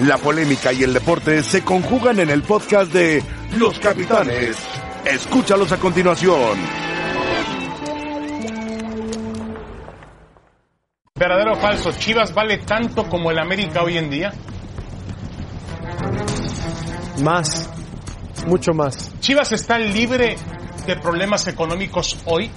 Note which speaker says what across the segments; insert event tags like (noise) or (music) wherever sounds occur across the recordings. Speaker 1: La polémica y el deporte se conjugan en el podcast de Los Capitanes. Escúchalos a continuación.
Speaker 2: ¿Verdadero o falso? ¿Chivas vale tanto como el América hoy en día?
Speaker 3: Más, mucho más.
Speaker 2: ¿Chivas está libre de problemas económicos hoy?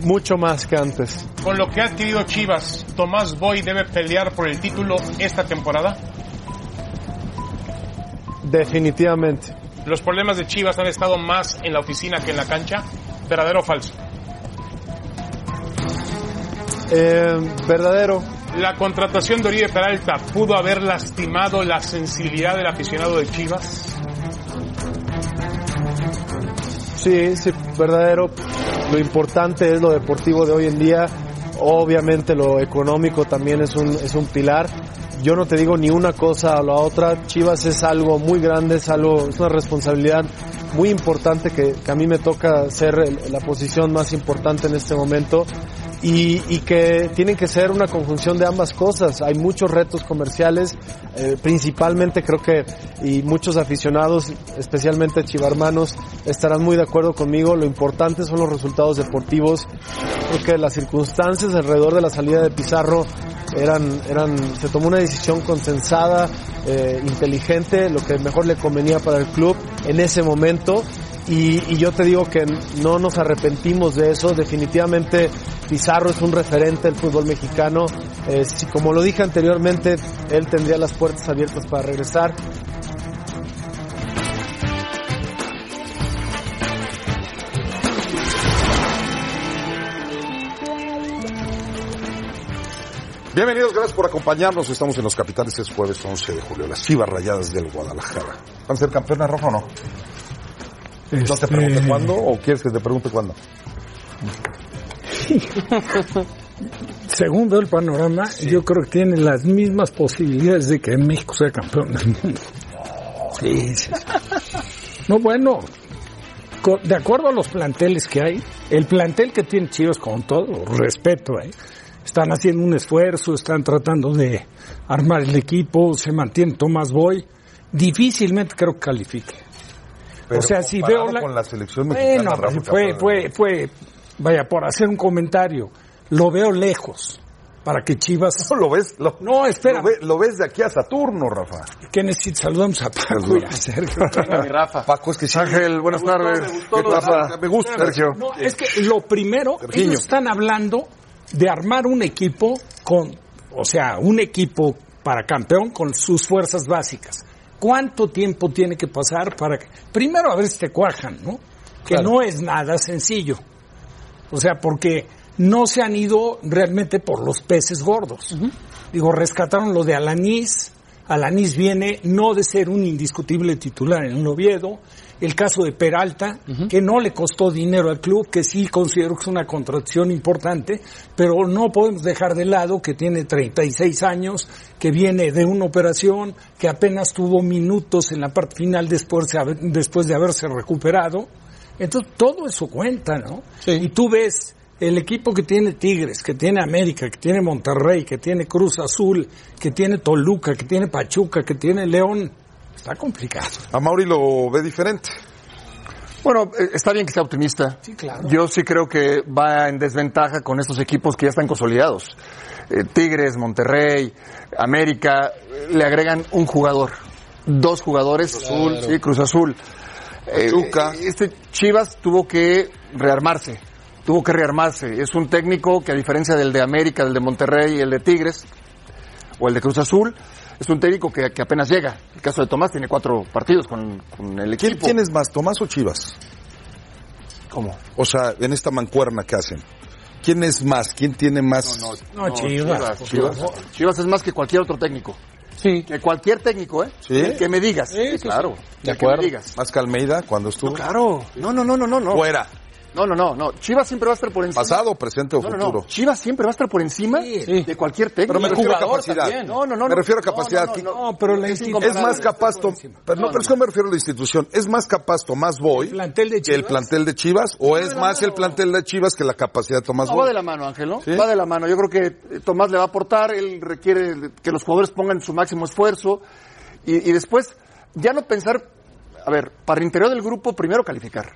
Speaker 3: Mucho más que antes.
Speaker 2: ¿Con lo que ha adquirido Chivas, Tomás Boy debe pelear por el título esta temporada?
Speaker 3: Definitivamente.
Speaker 2: ¿Los problemas de Chivas han estado más en la oficina que en la cancha? ¿Verdadero o falso?
Speaker 3: Eh, verdadero.
Speaker 2: ¿La contratación de Oribe Peralta pudo haber lastimado la sensibilidad del aficionado
Speaker 4: (laughs)
Speaker 2: de Chivas?
Speaker 3: Sí, sí, verdadero. Lo importante es lo deportivo de hoy en día. Obviamente lo económico también es un, es un pilar. Yo no te digo ni una cosa a la otra. Chivas es algo muy grande, es, algo, es una responsabilidad muy importante que, que a mí me toca ser el- la posición más importante en este momento y, y que tienen que ser una conjunción de ambas cosas. Hay muchos retos comerciales, eh, principalmente creo que, y muchos aficionados, especialmente chivarmanos, estarán muy de acuerdo conmigo. Lo importante son los resultados deportivos. Creo que las circunstancias alrededor de la salida de Pizarro eran, eran, se tomó una decisión consensada, eh, inteligente, lo que mejor le convenía para el club en ese momento. Y, y yo te digo que no nos arrepentimos de eso. Definitivamente Pizarro es un referente del fútbol mexicano. Eh, si- como lo dije anteriormente, él tendría las puertas abiertas para regresar.
Speaker 5: Bienvenidos, gracias por acompañarnos. Estamos en Los Capitales, es jueves 11 de julio. Las Chivas Rayadas del Guadalajara. ¿Van a ser campeones, Rafa, o no?
Speaker 6: Este,
Speaker 5: ¿No te pregunte cuándo o quieres que te pregunte cuándo?
Speaker 6: Según veo el panorama, yo creo que tiene las mismas posibilidades de que México sea campeón del mundo. Sí, sí. No, bueno, co- de acuerdo a los planteles que hay, el plantel que tiene Chivas con todo respeto, ¿eh? están haciendo un esfuerzo, están tratando de armar el equipo, se mantiene Tomás Boy, difícilmente creo que califique.
Speaker 5: Pero
Speaker 6: o sea, si
Speaker 5: comparado
Speaker 6: veo la...
Speaker 5: con la selección mexicana,
Speaker 6: Bueno,
Speaker 5: Rafa,
Speaker 6: pues,
Speaker 5: campeón
Speaker 6: fue,
Speaker 5: del
Speaker 6: fue, fue, vaya, por hacer un comentario, lo veo lejos para que Chivas...
Speaker 5: mundo. No, lo ves, lo,
Speaker 6: No, espera,
Speaker 5: lo ve- lo ves de aquí a Saturno, Rafa.
Speaker 6: ¿qué necesitas? Saludamos a Paco y a (laughs) Sergio.
Speaker 2: Ah,
Speaker 5: Paco, es que sí. Ángel, buenas tardes. Me gusta, Sergio.
Speaker 6: No, es que lo primero,
Speaker 5: Sergiño.
Speaker 6: ellos están hablando de armar un equipo con, o sea, un equipo para campeón con sus fuerzas básicas. ¿Cuánto tiempo tiene que pasar para que, primero a ver si te cuajan, ¿no? Que no es nada sencillo. O sea, porque no se han ido realmente por los peces gordos. Digo, rescataron lo de Alanís. Alanís viene no de ser un indiscutible titular en un Oviedo. El caso de Peralta, que no le costó dinero al club, que sí considero que es una contracción importante, pero no podemos dejar de lado que tiene 36 años, que viene de una operación, que apenas tuvo minutos en la parte final después de haber- después de haberse recuperado. Entonces todo eso cuenta, ¿no? Y tú ves el equipo que tiene Tigres, que tiene América, que tiene Monterrey, que tiene Cruz Azul, que tiene Toluca, que tiene Pachuca, que tiene León. Está complicado.
Speaker 5: A Mauri lo ve diferente.
Speaker 7: Bueno, eh, está bien que sea optimista.
Speaker 6: Sí, claro.
Speaker 7: Yo sí creo que va en desventaja con estos equipos que ya están consolidados. Eh, Tigres, Monterrey, América, eh, le agregan un jugador, dos jugadores, sí, Cruz Azul. Eh,
Speaker 5: Pachuca.
Speaker 7: eh, este Chivas tuvo que rearmarse, tuvo que rearmarse. Es un técnico que a diferencia del de América, del de Monterrey y el de Tigres, o el de Cruz Azul, es un técnico que, que apenas llega. El caso de Tomás tiene cuatro partidos con, con el
Speaker 5: ¿Quién,
Speaker 7: equipo.
Speaker 5: quién es más, Tomás o Chivas?
Speaker 7: ¿Cómo?
Speaker 5: O sea, en esta mancuerna que hacen. ¿Quién es más? ¿Quién tiene más?
Speaker 6: No, Chivas.
Speaker 7: Chivas, Chivas. Chivas es más que cualquier otro técnico.
Speaker 6: Sí.
Speaker 7: Que cualquier técnico, ¿eh?
Speaker 5: Sí.
Speaker 7: El que me digas.
Speaker 6: Sí, sí,
Speaker 7: claro.
Speaker 5: De
Speaker 7: El que me
Speaker 5: acuerdo.
Speaker 7: digas.
Speaker 5: Más que Almeida cuando estuvo.
Speaker 7: Claro. No, no, no, no, no. no.
Speaker 5: Fuera.
Speaker 7: No, no, no, no. Chivas siempre va a estar por encima.
Speaker 5: Pues- Pasado, presente o
Speaker 7: No, no,
Speaker 5: futuro.
Speaker 7: no. Chivas siempre va a estar por encima
Speaker 6: Sí.
Speaker 7: de cualquier técnico.
Speaker 5: Pero me
Speaker 7: Y
Speaker 5: refiero a
Speaker 7: jugador
Speaker 5: capacidad.
Speaker 7: también. No, no, no.
Speaker 5: Me
Speaker 7: no.
Speaker 5: refiero a
Speaker 7: No,
Speaker 5: capacidad.
Speaker 7: no, no,
Speaker 6: No, pero la
Speaker 7: Es
Speaker 6: institución-
Speaker 5: Es más
Speaker 7: incomparable.
Speaker 5: capaz, Tom- pero no, pero es que me refiero a la institución. ¿Es más capaz Tomás Boy
Speaker 6: ¿El plantel de
Speaker 5: que el
Speaker 6: Chivas?
Speaker 5: plantel de Chivas? ¿O es
Speaker 7: de la
Speaker 5: más el
Speaker 7: mano.
Speaker 5: plantel de Chivas que la capacidad de Tomás
Speaker 7: No, Ah, va de
Speaker 5: Boy?
Speaker 7: la mano, Ángel, ¿no?
Speaker 5: ¿Sí?
Speaker 7: Va de la mano. Yo creo que eh, Tomás le va a aportar, él requiere que los jugadores pongan su máximo esfuerzo y, y después ya no pensar, a ver, para el interior del grupo primero calificar,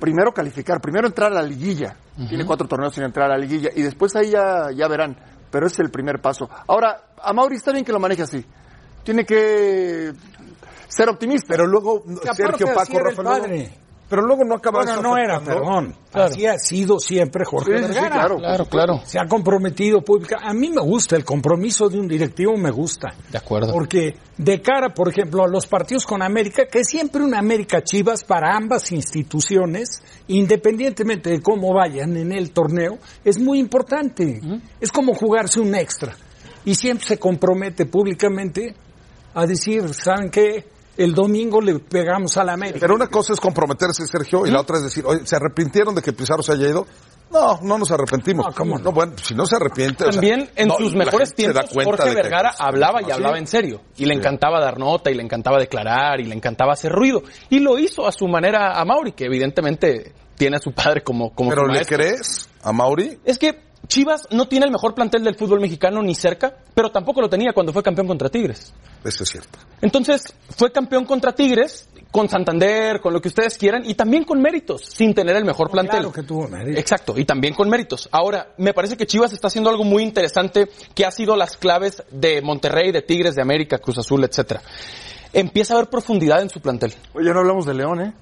Speaker 7: primero calificar, primero entrar a la liguilla. Tiene cuatro torneos sin entrar a la liguilla y después ahí ya, ya verán, pero ese es el primer paso. Ahora, a Mauri está bien que lo maneje así, tiene que ser optimista.
Speaker 5: Pero luego,
Speaker 6: Que aparte
Speaker 5: Sergio
Speaker 6: así
Speaker 5: Paco,
Speaker 6: era el
Speaker 5: Rafa, luego-
Speaker 6: padre.
Speaker 5: pero luego no acaba
Speaker 6: Bueno,
Speaker 5: eso
Speaker 6: no era,
Speaker 5: afectando.
Speaker 6: perdón. Así ha sido siempre Jorge
Speaker 7: Sí, sí, sí,
Speaker 6: Vergara.
Speaker 7: claro.
Speaker 8: Claro, claro.
Speaker 6: Se ha comprometido pública. A mí me gusta, el compromiso de un directivo me gusta.
Speaker 8: De acuerdo.
Speaker 6: Porque de cara, por ejemplo, a los partidos con América, que es siempre una América Chivas para ambas instituciones, independientemente de cómo vayan en el torneo, es muy importante. Es como jugarse un extra. Y siempre se compromete públicamente a decir, ¿saben qué? El domingo le pegamos a la América.
Speaker 5: Pero una cosa es comprometerse, Sergio, y la otra es decir, oye, ¿se arrepintieron de que Pizarro se haya ido? No, no nos arrepentimos.
Speaker 6: No, ¿cómo no?
Speaker 5: bueno, si no se arrepiente. o sea,
Speaker 8: También en
Speaker 5: no,
Speaker 8: sus
Speaker 5: la
Speaker 8: mejores
Speaker 5: gente se da
Speaker 8: tiempos
Speaker 5: cuenta
Speaker 8: Jorge
Speaker 5: de que-
Speaker 8: Vergara hablaba y hablaba en serio y le encantaba dar nota y le encantaba declarar y le encantaba hacer ruido y lo hizo a su manera a Mauri que evidentemente tiene a su padre como como
Speaker 5: Pero
Speaker 8: su
Speaker 5: ¿le
Speaker 8: maestro.
Speaker 5: crees a Mauri?
Speaker 8: Es que Chivas no tiene el mejor plantel del fútbol mexicano ni cerca, pero tampoco lo tenía cuando fue campeón contra Tigres.
Speaker 5: Eso es cierto.
Speaker 8: Entonces, fue campeón contra Tigres, con Santander, con lo que ustedes quieran, y también con méritos, sin tener el mejor plantel.
Speaker 6: Claro que tuvo mérito.
Speaker 8: Exacto, y también con méritos. Ahora, me parece que Chivas está haciendo algo muy interesante, que ha sido las claves de Monterrey, de Tigres, de América, Cruz Azul, etcétera. Empieza a haber profundidad en su plantel.
Speaker 7: Oye, no hablamos de León, ¿eh?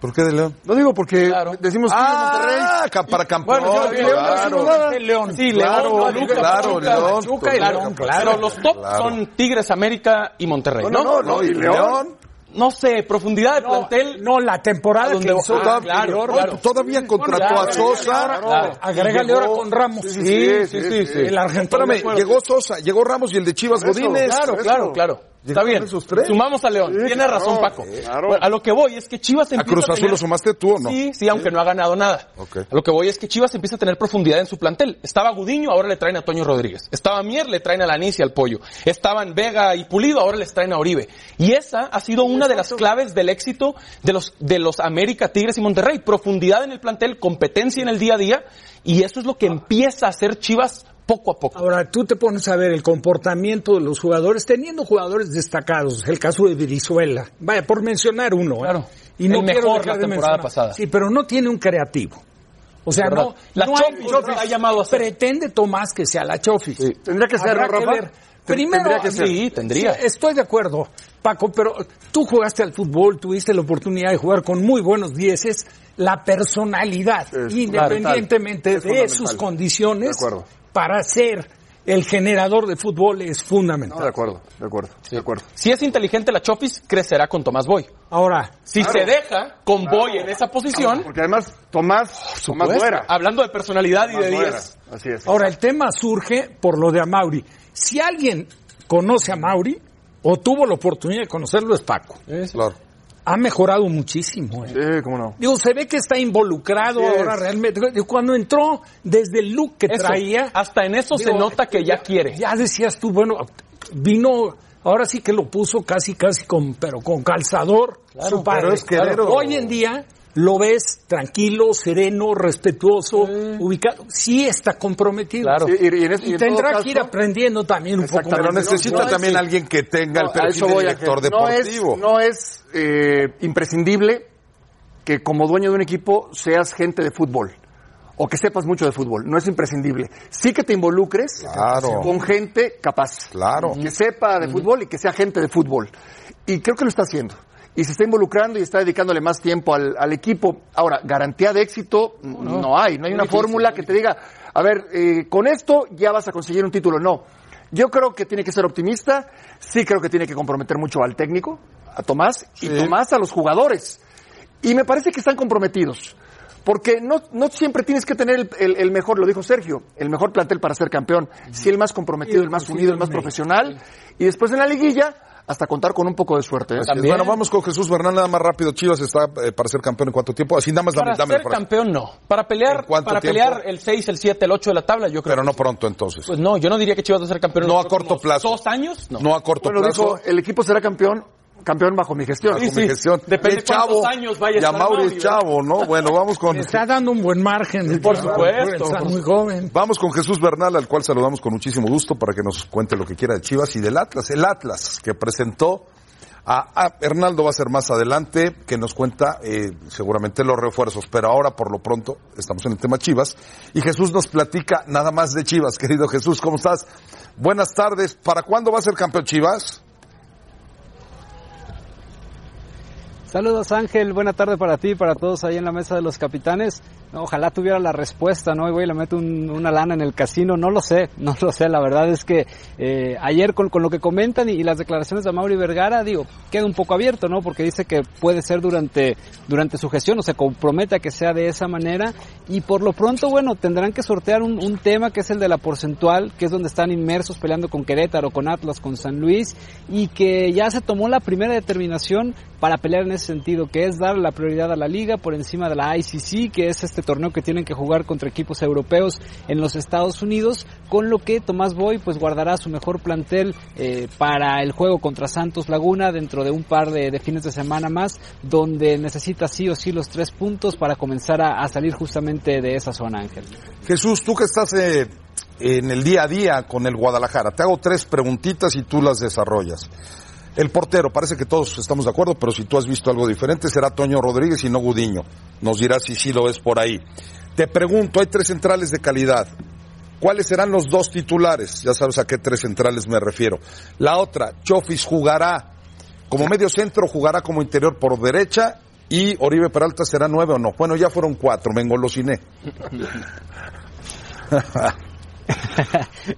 Speaker 5: ¿Por qué de León?
Speaker 7: No digo porque
Speaker 8: Claro.
Speaker 7: decimos que Monterrey...
Speaker 5: Ah, ca- para campeón.
Speaker 8: Bueno, yo- León no
Speaker 5: claro.
Speaker 8: hizo nada. Sí, León,
Speaker 5: Claro,
Speaker 8: Pachuca,
Speaker 5: claro,
Speaker 8: Pachuca,
Speaker 5: León,
Speaker 8: Pachuca y
Speaker 5: claro,
Speaker 8: León,
Speaker 5: claro.
Speaker 8: Pero los top
Speaker 5: Claro.
Speaker 8: son Tigres, América y Monterrey, ¿no?
Speaker 5: no, no, y León.
Speaker 8: No sé, profundidad de plantel.
Speaker 6: No, la temporada
Speaker 8: ¿Dónde
Speaker 6: que
Speaker 8: va?
Speaker 6: hizo.
Speaker 8: Ah,
Speaker 5: Todav-
Speaker 8: claro,
Speaker 5: no,
Speaker 8: claro.
Speaker 5: Todavía contrató a Sosa.
Speaker 8: Claro.
Speaker 6: Agrégale ahora con Ramos.
Speaker 7: Sí, sí, sí, sí, sí.
Speaker 6: El argentino.
Speaker 5: Espérame, llegó Sosa, llegó Ramos y el de Chivas Godínez.
Speaker 8: Claro, claro, claro. Está
Speaker 5: Llegaron
Speaker 8: bien.
Speaker 5: esos tres.
Speaker 8: Sumamos a León. Tiene razón, Paco. Bueno, a lo que voy es que Chivas
Speaker 5: ¿A
Speaker 8: empieza
Speaker 5: Cruz Azul
Speaker 8: tener-
Speaker 5: lo sumaste tú o no?
Speaker 8: Sí, sí, aunque no ha ganado nada.
Speaker 5: Ok.
Speaker 8: A lo que voy es que Chivas empieza a tener profundidad en su plantel. Estaba Gudiño, ahora le traen a Toño Rodríguez. Estaba Mier, le traen a Lanis y al Pollo. Estaban Vega y Pulido, ahora les traen a Oribe. Y esa ha sido una de las claves del éxito de los, de los América, Tigres y Monterrey. Profundidad en el plantel, competencia en el día a día. Y eso es lo que empieza a hacer Chivas poco a poco.
Speaker 6: Ahora, tú te pones a ver el comportamiento de los jugadores, teniendo jugadores destacados, el caso de Virizuela, vaya, por mencionar uno, ¿eh?
Speaker 8: Claro.
Speaker 6: Y no
Speaker 8: El
Speaker 6: quiero
Speaker 8: mejor
Speaker 6: dejar
Speaker 8: la
Speaker 6: de
Speaker 8: temporada
Speaker 6: mencionar.
Speaker 8: pasada.
Speaker 6: Sí, pero no tiene un creativo. O sea,
Speaker 8: Verdad.
Speaker 6: no,
Speaker 8: La
Speaker 6: no
Speaker 8: Chofis la ha llamado a ser.
Speaker 6: pretende Tomás que sea la Chofis.
Speaker 7: Tendría que ser,
Speaker 6: Habrá
Speaker 7: ¿no, Rafa?
Speaker 6: ver.
Speaker 7: Ten-
Speaker 6: Primero,
Speaker 7: tendría que ser.
Speaker 8: Sí, tendría.
Speaker 6: estoy de acuerdo, Paco, pero tú jugaste al fútbol, tuviste la oportunidad de jugar con muy buenos dieces. La personalidad,
Speaker 7: Es
Speaker 6: independientemente
Speaker 7: fundamental.
Speaker 6: de
Speaker 7: Es
Speaker 6: sus
Speaker 7: fundamental.
Speaker 6: condiciones,
Speaker 7: De acuerdo.
Speaker 6: para ser el generador de fútbol es
Speaker 7: No, de
Speaker 6: fundamental.
Speaker 7: acuerdo, de acuerdo, de acuerdo.
Speaker 8: Si es inteligente la Chofis, crecerá con Tomás Boy.
Speaker 6: Ahora,
Speaker 8: Si se deja con Boy en esa posición,
Speaker 7: Porque además Tomás, Tomás
Speaker 8: pues,
Speaker 7: Duera.
Speaker 8: hablando de personalidad y
Speaker 7: Tomás
Speaker 8: de
Speaker 7: Duera,
Speaker 8: 10,
Speaker 7: Así es.
Speaker 6: ahora el tema surge por lo de Amauri. Si alguien conoce a Mauri o tuvo la oportunidad de conocerlo es Paco.
Speaker 5: Claro.
Speaker 6: Ha mejorado muchísimo. eh.
Speaker 7: Sí, cómo no.
Speaker 6: Digo, se ve que está involucrado
Speaker 7: Así es.
Speaker 6: ahora realmente. Digo, Cuando entró, desde el look que
Speaker 8: eso,
Speaker 6: traía,
Speaker 8: hasta en eso se
Speaker 6: Digo,
Speaker 8: nota que ya quiere.
Speaker 6: ya decías tú, bueno, vino, ahora sí que lo puso casi, casi con, pero con calzador su padre.
Speaker 5: pero es Querétaro.
Speaker 6: Hoy en día lo ves tranquilo, sereno, respetuoso, ubicado. Sí está comprometido.
Speaker 8: Claro.
Speaker 7: Sí, y, y en este- y
Speaker 6: Y
Speaker 7: en
Speaker 6: tendrá
Speaker 7: todo
Speaker 6: que ir
Speaker 7: caso-
Speaker 6: aprendiendo también un poco.
Speaker 7: Exactamente.
Speaker 5: Pero
Speaker 6: más.
Speaker 5: necesita
Speaker 7: No, no,
Speaker 5: también
Speaker 7: sí.
Speaker 5: alguien que tenga el
Speaker 7: No, a eso
Speaker 5: perfil de
Speaker 7: voy,
Speaker 5: director
Speaker 7: Ángel.
Speaker 5: deportivo.
Speaker 7: No es, no es, eh, imprescindible que como dueño de un equipo seas gente de fútbol o que sepas mucho de fútbol. No es imprescindible. Sí que te involucres
Speaker 5: Claro.
Speaker 7: con gente capaz.
Speaker 5: Claro.
Speaker 7: Que sepa de fútbol y que sea gente de fútbol. Y creo que lo está haciendo. Y se está involucrando y está dedicándole más tiempo al, al equipo. Ahora, garantía de éxito n- no, hay. No hay una fórmula que te diga, a ver, eh, con esto ya vas a conseguir un título. No. Yo creo que tiene que ser optimista. Sí creo que tiene que comprometer mucho al técnico, a Tomás, y Tomás a los jugadores. Y me parece que están comprometidos. Porque no, no siempre tienes que tener el, el- el mejor, lo dijo Sergio, el mejor plantel para ser campeón. Sí, el más comprometido, el más unido, el más profesional. Y después en la liguilla, hasta contar con un poco de suerte. ¿eh?
Speaker 9: También.
Speaker 5: Bueno, vamos con Jesús Bernal, nada más rápido. Chivas está eh, para ser campeón en cuánto tiempo. Así nada más
Speaker 9: Para
Speaker 5: dame- dame la
Speaker 9: ser
Speaker 5: frase.
Speaker 9: campeón, no. Para pelear,
Speaker 5: ¿En cuánto
Speaker 9: para
Speaker 5: tiempo?
Speaker 9: pelear el 6, el 7, el 8 de la tabla, yo creo.
Speaker 5: Pero
Speaker 9: que
Speaker 5: no
Speaker 9: sí.
Speaker 5: pronto entonces.
Speaker 9: Pues no, yo no diría que Chivas va a ser campeón. en
Speaker 5: No
Speaker 9: los
Speaker 5: a corto
Speaker 9: próximos
Speaker 5: plazo.
Speaker 9: ¿Dos años? No.
Speaker 5: no. a corto
Speaker 7: Bueno,
Speaker 5: plazo.
Speaker 7: dijo, el equipo será campeón, campeón bajo mi gestión.
Speaker 9: Sí,
Speaker 5: con mi gestión.
Speaker 9: Depende
Speaker 5: Y el chavo,
Speaker 9: cuántos años vaya a
Speaker 5: y a
Speaker 9: estar
Speaker 5: Mauri es
Speaker 9: Mauri, ¿verdad?
Speaker 5: chavo, ¿no? Bueno,
Speaker 9: (laughs)
Speaker 5: vamos con,
Speaker 6: Está dando un buen margen.
Speaker 9: Por supuesto,
Speaker 6: Está
Speaker 9: por
Speaker 6: muy joven.
Speaker 5: vamos con Jesús Bernal, al cual saludamos con muchísimo gusto para que nos cuente lo que quiera de Chivas y del Atlas. El Atlas que presentó a, a Hernaldo va a ser más adelante, que nos cuenta eh, seguramente los refuerzos, pero ahora por lo pronto estamos en el tema Chivas. Y Jesús nos platica nada más de Chivas, (laughs) querido Jesús, ¿cómo estás? Buenas tardes, ¿para cuándo va a ser campeón Chivas?
Speaker 8: Saludos Ángel, buena tarde para ti y para todos ahí en la mesa de los capitanes. No, Ojalá tuviera la respuesta, ¿no? Y voy y le meto un- una lana en el casino, no lo sé, (laughs) no lo sé. La verdad es que eh, ayer con, con lo que comentan y, y las declaraciones de Mauri Vergara, digo, queda un poco abierto, ¿no? Porque dice que puede ser durante, durante su gestión, o se compromete a que sea de esa manera. Y por lo pronto, bueno, tendrán que sortear un, un tema que es el de la porcentual, que es donde están inmersos peleando con Querétaro, con Atlas, con San Luis, y que ya se tomó la primera determinación para pelear en ese sentido, que es dar la prioridad a la liga por encima de la ICC, que es este torneo que tienen que jugar contra equipos europeos en los Estados Unidos, con lo que Tomás Boy pues guardará su mejor plantel eh, para el juego contra Santos Laguna dentro de un par de, de fines de semana más, donde necesita sí o sí los tres puntos para comenzar a, a salir justamente de esa zona, Ángel.
Speaker 5: Jesús, tú que estás eh, en el día a día con el Guadalajara, te hago tres preguntitas y tú las desarrollas. El portero, parece que todos estamos de acuerdo, pero si tú has visto algo diferente, será Toño Rodríguez y no Gudiño. Nos dirás si sí lo ves por ahí. Te pregunto, hay tres centrales de calidad. ¿Cuáles serán los dos titulares? Ya sabes a qué tres centrales me refiero. La otra, Chofis jugará como medio centro, jugará como interior por derecha y Oribe Peralta será nueve o no. Bueno, ya fueron cuatro, me engolosiné.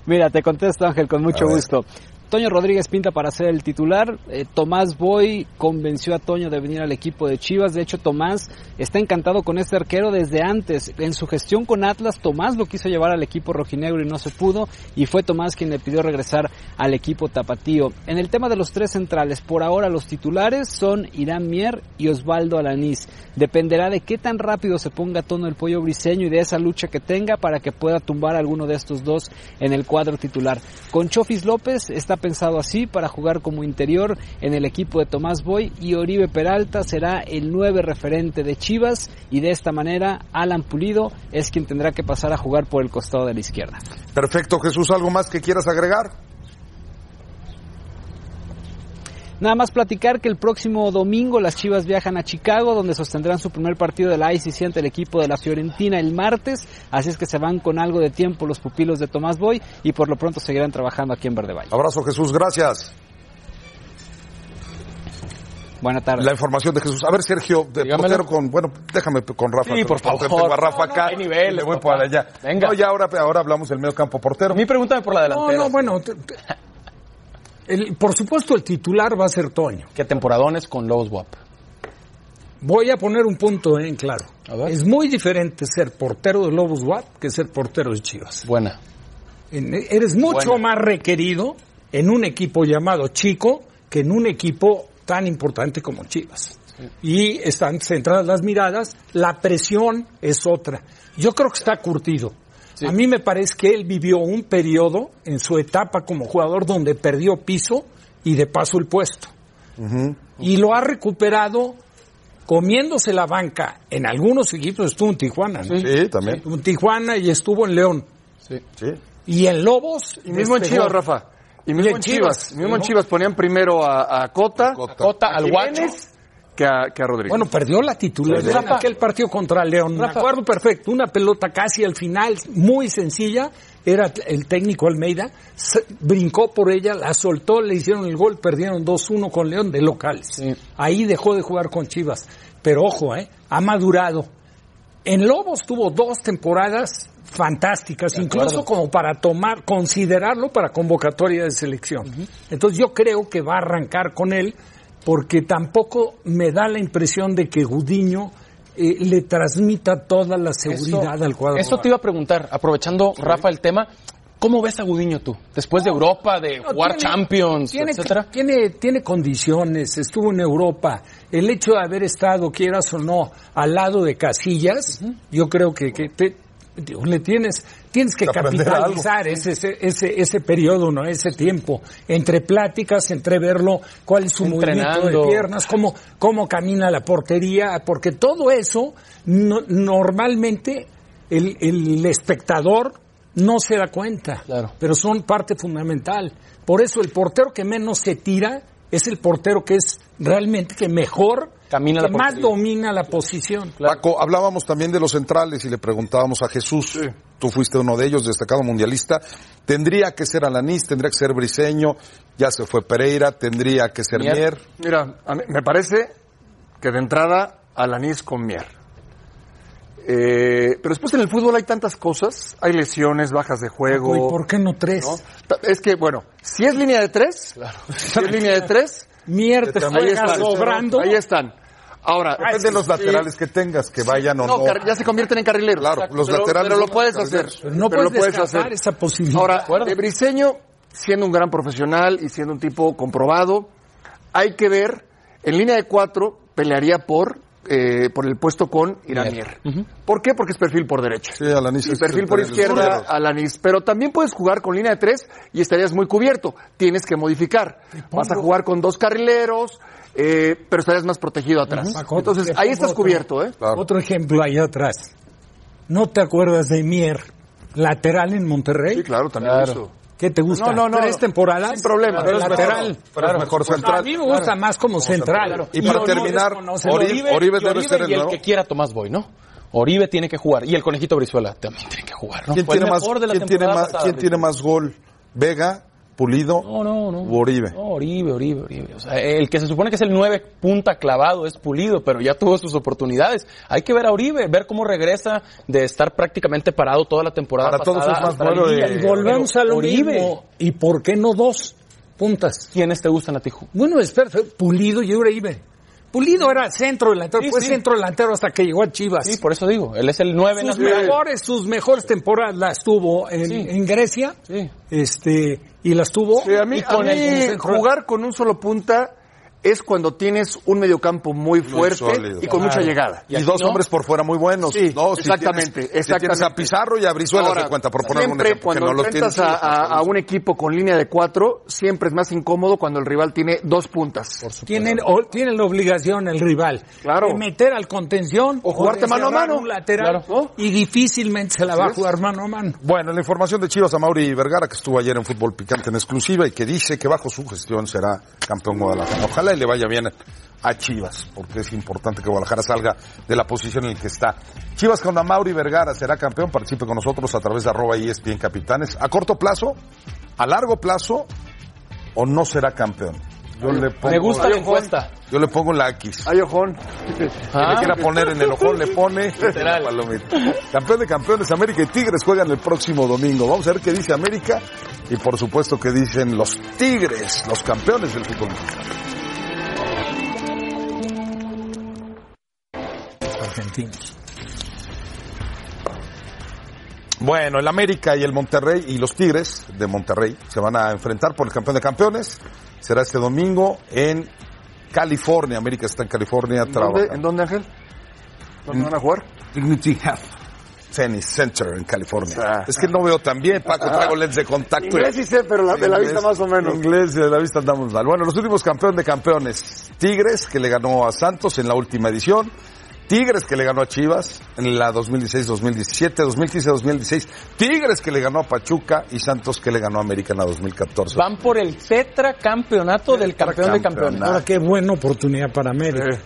Speaker 8: Mira, te contesto Ángel con mucho
Speaker 5: A ver.
Speaker 8: gusto. Toño Rodríguez pinta para ser el titular. eh, Tomás Boy convenció a Toño de venir al equipo de Chivas. De hecho, Tomás está encantado con este arquero desde antes. En su gestión con Atlas, Tomás lo quiso llevar al equipo rojinegro y no se pudo. Y fue Tomás quien le pidió regresar al equipo tapatío. En el tema de los tres centrales, por ahora los titulares son Irán Mier y Osvaldo Alanís. Dependerá de qué tan rápido se ponga a tono el pollo briseño y de esa lucha que tenga para que pueda tumbar a alguno de estos dos en el cuadro titular. Con Chofis López está pensado así para jugar como interior en el equipo de Tomás Boy y Oribe Peralta será el 9 referente de Chivas y de esta manera Alan Pulido es quien tendrá que pasar a jugar por el costado de la izquierda.
Speaker 5: Perfecto, Jesús, ¿algo más que quieras agregar?
Speaker 8: Nada más platicar que el próximo domingo las Chivas viajan a Chicago, donde sostendrán su primer partido de la ICC ante el equipo de la Fiorentina el martes. Así es que se van con algo de tiempo los pupilos de Tomás Boy y por lo pronto seguirán trabajando aquí en Verde Valle.
Speaker 5: Abrazo, Jesús, gracias.
Speaker 8: Buena tarde.
Speaker 5: La información de Jesús. A ver, Sergio, de
Speaker 9: Dígamelo.
Speaker 5: portero con, bueno, déjame con Rafa.
Speaker 9: Sí, por
Speaker 5: Porque
Speaker 9: favor.
Speaker 5: Tengo a Rafa
Speaker 9: No, no,
Speaker 5: acá.
Speaker 9: hay niveles,
Speaker 5: y le voy
Speaker 9: papá.
Speaker 5: para allá.
Speaker 9: Venga.
Speaker 5: No, ya ahora, ahora hablamos del medio campo portero.
Speaker 9: A mí pregúntame por la
Speaker 6: No,
Speaker 9: delantera.
Speaker 6: no, bueno. te- te- el- por supuesto, el titular va a ser Toño.
Speaker 9: ¿Qué temporadones con Lobos WAP?
Speaker 6: Voy a poner un punto en claro.
Speaker 9: A ver.
Speaker 6: Es muy diferente ser portero de Lobos WAP que ser portero de Chivas.
Speaker 9: Buena.
Speaker 6: En- eres mucho
Speaker 9: Bueno.
Speaker 6: más requerido en un equipo llamado chico que en un equipo tan importante como Chivas. Y están centradas las miradas, la presión es otra. Yo creo que está curtido. A mí me parece que él vivió un periodo en su etapa como jugador donde perdió piso y de paso el puesto. Y lo ha recuperado comiéndose la banca. En algunos equipos estuvo en Tijuana. ¿no?
Speaker 5: Sí, también.
Speaker 6: Estuvo en Tijuana y estuvo en León.
Speaker 5: Sí.
Speaker 6: Y en Lobos.
Speaker 7: Y mismo en
Speaker 6: despegó.
Speaker 7: Chivas, Rafa. Y mismo
Speaker 6: Y en
Speaker 7: en Chivas.
Speaker 6: Chivas,
Speaker 7: mismo en
Speaker 6: ¿no?
Speaker 7: Chivas ponían primero a, a Cota,
Speaker 5: Cota.
Speaker 9: Cota, al guacho.
Speaker 7: Jiménez, que a, que a Rodríguez.
Speaker 6: Bueno, perdió la titularidad en
Speaker 9: Rafa.
Speaker 6: aquel partido contra León. Me
Speaker 9: Rafa.
Speaker 6: acuerdo perfecto. Una pelota casi al final, muy sencilla. Era el técnico Almeida. se- brincó por ella, la soltó, le hicieron el gol, perdieron 2-1 con León de locales.
Speaker 9: Sí.
Speaker 6: Ahí dejó de jugar con Chivas. Pero ojo, ¿eh? ha madurado. En Lobos tuvo dos temporadas fantásticas, incluso como para tomar, considerarlo para convocatoria de selección. Entonces yo creo que va a arrancar con él, porque tampoco me da la impresión de que Gudiño eh, le transmita toda la seguridad
Speaker 9: Eso-
Speaker 6: al jugador.
Speaker 9: Eso te iba a preguntar, aprovechando Rafa el tema,
Speaker 8: ¿Cómo ves a Gudiño tú? Después de Europa, de
Speaker 6: No,
Speaker 8: jugar
Speaker 6: tiene-
Speaker 8: Champions,
Speaker 6: tiene,
Speaker 8: etcétera.
Speaker 6: Tiene, tiene condiciones, estuvo en Europa. El hecho de haber estado, quieras o no, al lado de Casillas, yo creo que, que te- digo, le tienes, tienes que
Speaker 5: Que aprender algo.
Speaker 6: capitalizar ese, ese, ese, ese periodo, ¿no? ese tiempo, entre pláticas, entre verlo, cuál es su movimiento
Speaker 8: Entrenando.
Speaker 6: de piernas, cómo, cómo camina la portería, porque todo eso no- normalmente el, el espectador no se da cuenta
Speaker 8: Claro.
Speaker 6: pero son parte fundamental. Por eso el portero que menos se tira es el portero que es realmente que mejor,
Speaker 8: Camina
Speaker 6: que
Speaker 8: la
Speaker 6: más
Speaker 8: portería.
Speaker 6: domina la posición.
Speaker 5: Paco, hablábamos también de los centrales y le preguntábamos a Jesús, tú fuiste uno de ellos, destacado mundialista, tendría que ser Alanís, tendría que ser Briseño, ya se fue Pereira, tendría que ser
Speaker 8: Mier.
Speaker 5: Mier.
Speaker 7: Mira, a mí- me parece que de entrada Alanis con Mier. Eh, pero después en el fútbol hay tantas cosas, hay lesiones, bajas de juego.
Speaker 6: ¿Y por qué no tres?
Speaker 7: ¿no? Ta- Es que, bueno, si es línea de tres, si es línea de tres,
Speaker 6: Mier te
Speaker 7: ahí
Speaker 6: juega
Speaker 7: están.
Speaker 6: sobrando.
Speaker 7: Ahí están.
Speaker 6: Ah,
Speaker 7: Ahora,
Speaker 5: Depende de los laterales que tengas, que vayan o no.
Speaker 7: no, car- ya se convierten en carrileros.
Speaker 5: Claro,
Speaker 7: Exacto,
Speaker 5: los
Speaker 7: pero-
Speaker 5: laterales
Speaker 7: Pero lo
Speaker 5: son
Speaker 7: puedes hacer.
Speaker 5: carrileros.
Speaker 6: Pero no
Speaker 7: pero lo
Speaker 6: puedes
Speaker 7: puedes
Speaker 6: descartar
Speaker 7: hacer.
Speaker 6: esa posibilidad.
Speaker 7: Ahora,
Speaker 6: ¿De acuerdo?
Speaker 7: de Briseño, siendo un gran profesional y siendo un tipo comprobado, hay que ver, en línea de cuatro, pelearía por, eh, por el puesto con Iranier. ¿Por qué? Porque es perfil por derecha.
Speaker 5: Sí, Alanis
Speaker 7: Y
Speaker 5: es
Speaker 7: perfil por
Speaker 5: central,
Speaker 7: izquierda,
Speaker 5: izquierdo.
Speaker 7: Alanis. Pero también puedes jugar con línea de tres y estarías muy cubierto. Tienes que modificar. Vas a jugar con dos carrileros, eh, pero estarías más protegido atrás.
Speaker 6: Paco,
Speaker 7: Entonces,
Speaker 6: te
Speaker 7: ahí
Speaker 6: pongo
Speaker 7: estás
Speaker 6: otro-
Speaker 7: cubierto, ¿eh?
Speaker 5: Claro.
Speaker 6: Otro ejemplo ahí atrás. ¿No te acuerdas de Mier, lateral en Monterrey?
Speaker 5: Sí, claro, también lo hizo.
Speaker 6: ¿Qué te gusta?
Speaker 7: No, no, no.
Speaker 6: ¿Tres temporadas?
Speaker 7: Sin problema.
Speaker 6: Pero
Speaker 7: Pero es
Speaker 6: lateral.
Speaker 5: mejor- pero es mejor
Speaker 9: Pues,
Speaker 5: central.
Speaker 6: A mí me gusta más como central.
Speaker 5: Y para
Speaker 6: Oribe
Speaker 5: terminar,
Speaker 6: desconoce-
Speaker 5: Oribe-
Speaker 8: Oribe,
Speaker 5: Oribe
Speaker 8: y
Speaker 5: debe ser el
Speaker 8: y el,
Speaker 5: nuevo.
Speaker 8: que quiera Tomás Boy, ¿no? Oribe tiene que jugar. Y el conejito Brizuela también tiene que jugar, ¿no?
Speaker 5: ¿Quién
Speaker 8: Fue el
Speaker 5: tiene más,
Speaker 8: mejor de la
Speaker 5: quién tiene
Speaker 8: temporada
Speaker 5: más,
Speaker 8: pasada,
Speaker 5: quién tiene
Speaker 8: Brizuela.
Speaker 5: más gol? ¿Vega, Pulido
Speaker 8: No, no, no.
Speaker 5: u Oribe?
Speaker 8: No, Oribe, Oribe, Oribe. O sea, el que se supone que es el 9 punta clavado es Pulido, pero ya tuvo sus oportunidades. Hay que ver a Oribe, ver cómo regresa de estar prácticamente parado toda la temporada.
Speaker 5: Para todos
Speaker 8: pasada
Speaker 5: es más
Speaker 8: hasta la
Speaker 5: bueno
Speaker 8: liga.
Speaker 5: de-
Speaker 8: Y
Speaker 6: Volvemos a lo
Speaker 8: Oribe.
Speaker 6: mismo. ¿Y por qué no dos puntas?
Speaker 8: ¿Quiénes te gustan a ti? Ju?
Speaker 6: Bueno, es perfecto. Pulido y Uribe. Pulido era centro delantero,
Speaker 8: Sí,
Speaker 6: fue
Speaker 8: sí.
Speaker 6: centro delantero hasta que llegó a Chivas.
Speaker 8: Sí, por eso digo. Él es el 9 en
Speaker 6: sus
Speaker 8: las
Speaker 6: mejores, sus mejores temporadas las tuvo en,
Speaker 8: Sí.
Speaker 6: en Grecia,
Speaker 8: Sí.
Speaker 6: este, y las tuvo
Speaker 7: Sí, a mí,
Speaker 6: y con
Speaker 7: a mí
Speaker 6: el- con el-
Speaker 7: jugar con un solo punta es cuando tienes un mediocampo muy fuerte
Speaker 5: sólido.
Speaker 7: y con mucha llegada.
Speaker 5: Y, dos
Speaker 8: no.
Speaker 5: hombres por fuera muy buenos.
Speaker 7: Sí,
Speaker 5: no, Si
Speaker 7: exactamente,
Speaker 5: tienes, si
Speaker 7: exactamente.
Speaker 5: tienes a Pizarro y a Brizuela
Speaker 7: Ahora,
Speaker 5: de cuenta, por poner un
Speaker 7: siempre
Speaker 5: ejemplo, que
Speaker 7: cuando
Speaker 5: no los
Speaker 7: enfrentas
Speaker 5: tienes.
Speaker 7: a, a- a un equipo con línea de cuatro, siempre es más incómodo cuando el rival tiene dos puntas.
Speaker 6: Tienen, o- tienen la obligación el rival
Speaker 7: Claro.
Speaker 6: de meter al contención
Speaker 7: O jugarte
Speaker 6: de
Speaker 7: mano a
Speaker 6: cerrar
Speaker 7: mano.
Speaker 6: un lateral
Speaker 7: Claro.
Speaker 6: y difícilmente se la va a jugar mano a mano.
Speaker 5: Bueno, la información de Chivas a Mauri Vergara, que estuvo ayer en Fútbol Picante en exclusiva y que dice que bajo su gestión será campeón Guadalajara. Ojalá y le vaya bien a Chivas, porque es importante que Guadalajara salga de la posición en la que está. Chivas con Mauri Vergara será campeón, participe con nosotros a través de arroba E ESPN Capitanes. ¿A corto plazo? ¿A largo plazo? ¿O no será campeón? Yo le pongo,
Speaker 8: Me gusta la encuesta.
Speaker 5: yo le pongo la X.
Speaker 7: Ay, ojón.
Speaker 5: que le
Speaker 8: Ah.
Speaker 5: quiera poner en el ojón, le pone la palomita. Campeón de campeones, América y Tigres juegan el próximo domingo. Vamos a ver qué dice América y por supuesto qué dicen los Tigres, los campeones del fútbol. mexicano.
Speaker 6: Argentinos.
Speaker 5: Bueno, el América y el Monterrey y los Tigres de Monterrey se van a enfrentar por el campeón de campeones. Será este domingo en California. América está en California
Speaker 7: ¿En dónde,
Speaker 5: trabajando.
Speaker 7: en dónde, Ángel? ¿Dónde van a jugar?
Speaker 5: Tennis Center en California. es que no veo tan bien, Paco, traigo lentes de contacto.
Speaker 7: Inglés sí sé, pero la- de la vista más o menos.
Speaker 5: Inglés y de la vista andamos mal. Bueno, los últimos campeón de campeones. Tigres, que le ganó a Santos en la última edición. Tigres que le ganó a Chivas en la 2016-2017, 2015-2016. Tigres que le ganó a Pachuca y Santos que le ganó a América en la 2014.
Speaker 8: Van por el tetracampeonato del campeón de campeones.
Speaker 5: Tetracampeonato.
Speaker 6: Ahora qué buena oportunidad para América.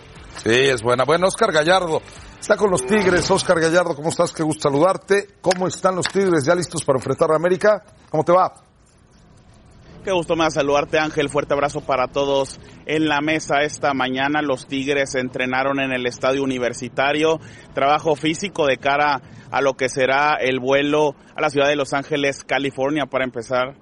Speaker 5: Sí, es buena. Bueno, Oscar Gallardo está con los Tigres. Oscar Gallardo, ¿cómo estás? Qué gusto saludarte. ¿Cómo están los Tigres? ¿Ya listos para enfrentar a América? ¿Cómo te va?
Speaker 10: Qué gusto me da saludarte Ángel, fuerte abrazo para todos en la mesa esta mañana. Los Tigres entrenaron en el estadio universitario, trabajo físico de cara a lo que será el vuelo a la ciudad de Los Ángeles, California, para empezar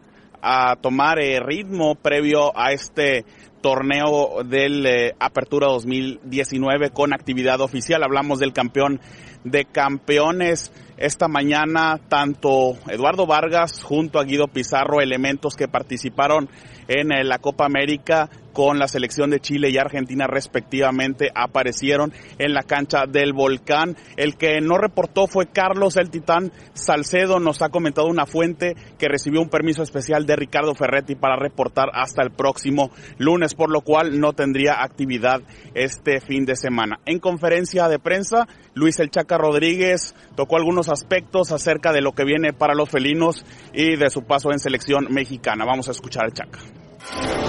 Speaker 10: a tomar eh, ritmo previo a este torneo del eh, Apertura 2019 con actividad oficial. Hablamos del campeón de campeones.
Speaker 11: Esta mañana, tanto Eduardo Vargas junto a Guido Pizarro, elementos que participaron en eh, la Copa América con la selección de Chile y Argentina respectivamente, aparecieron en la cancha del Volcán. El que no reportó fue Carlos el Titán Salcedo, nos ha comentado una fuente que recibió un permiso especial de Ricardo Ferretti para reportar hasta el próximo lunes, por lo cual no tendría actividad este fin de semana. En conferencia de prensa, Luis El Chaca Rodríguez tocó algunos aspectos acerca de lo que viene para los felinos y de su paso en selección mexicana. Vamos a escuchar al Chaca.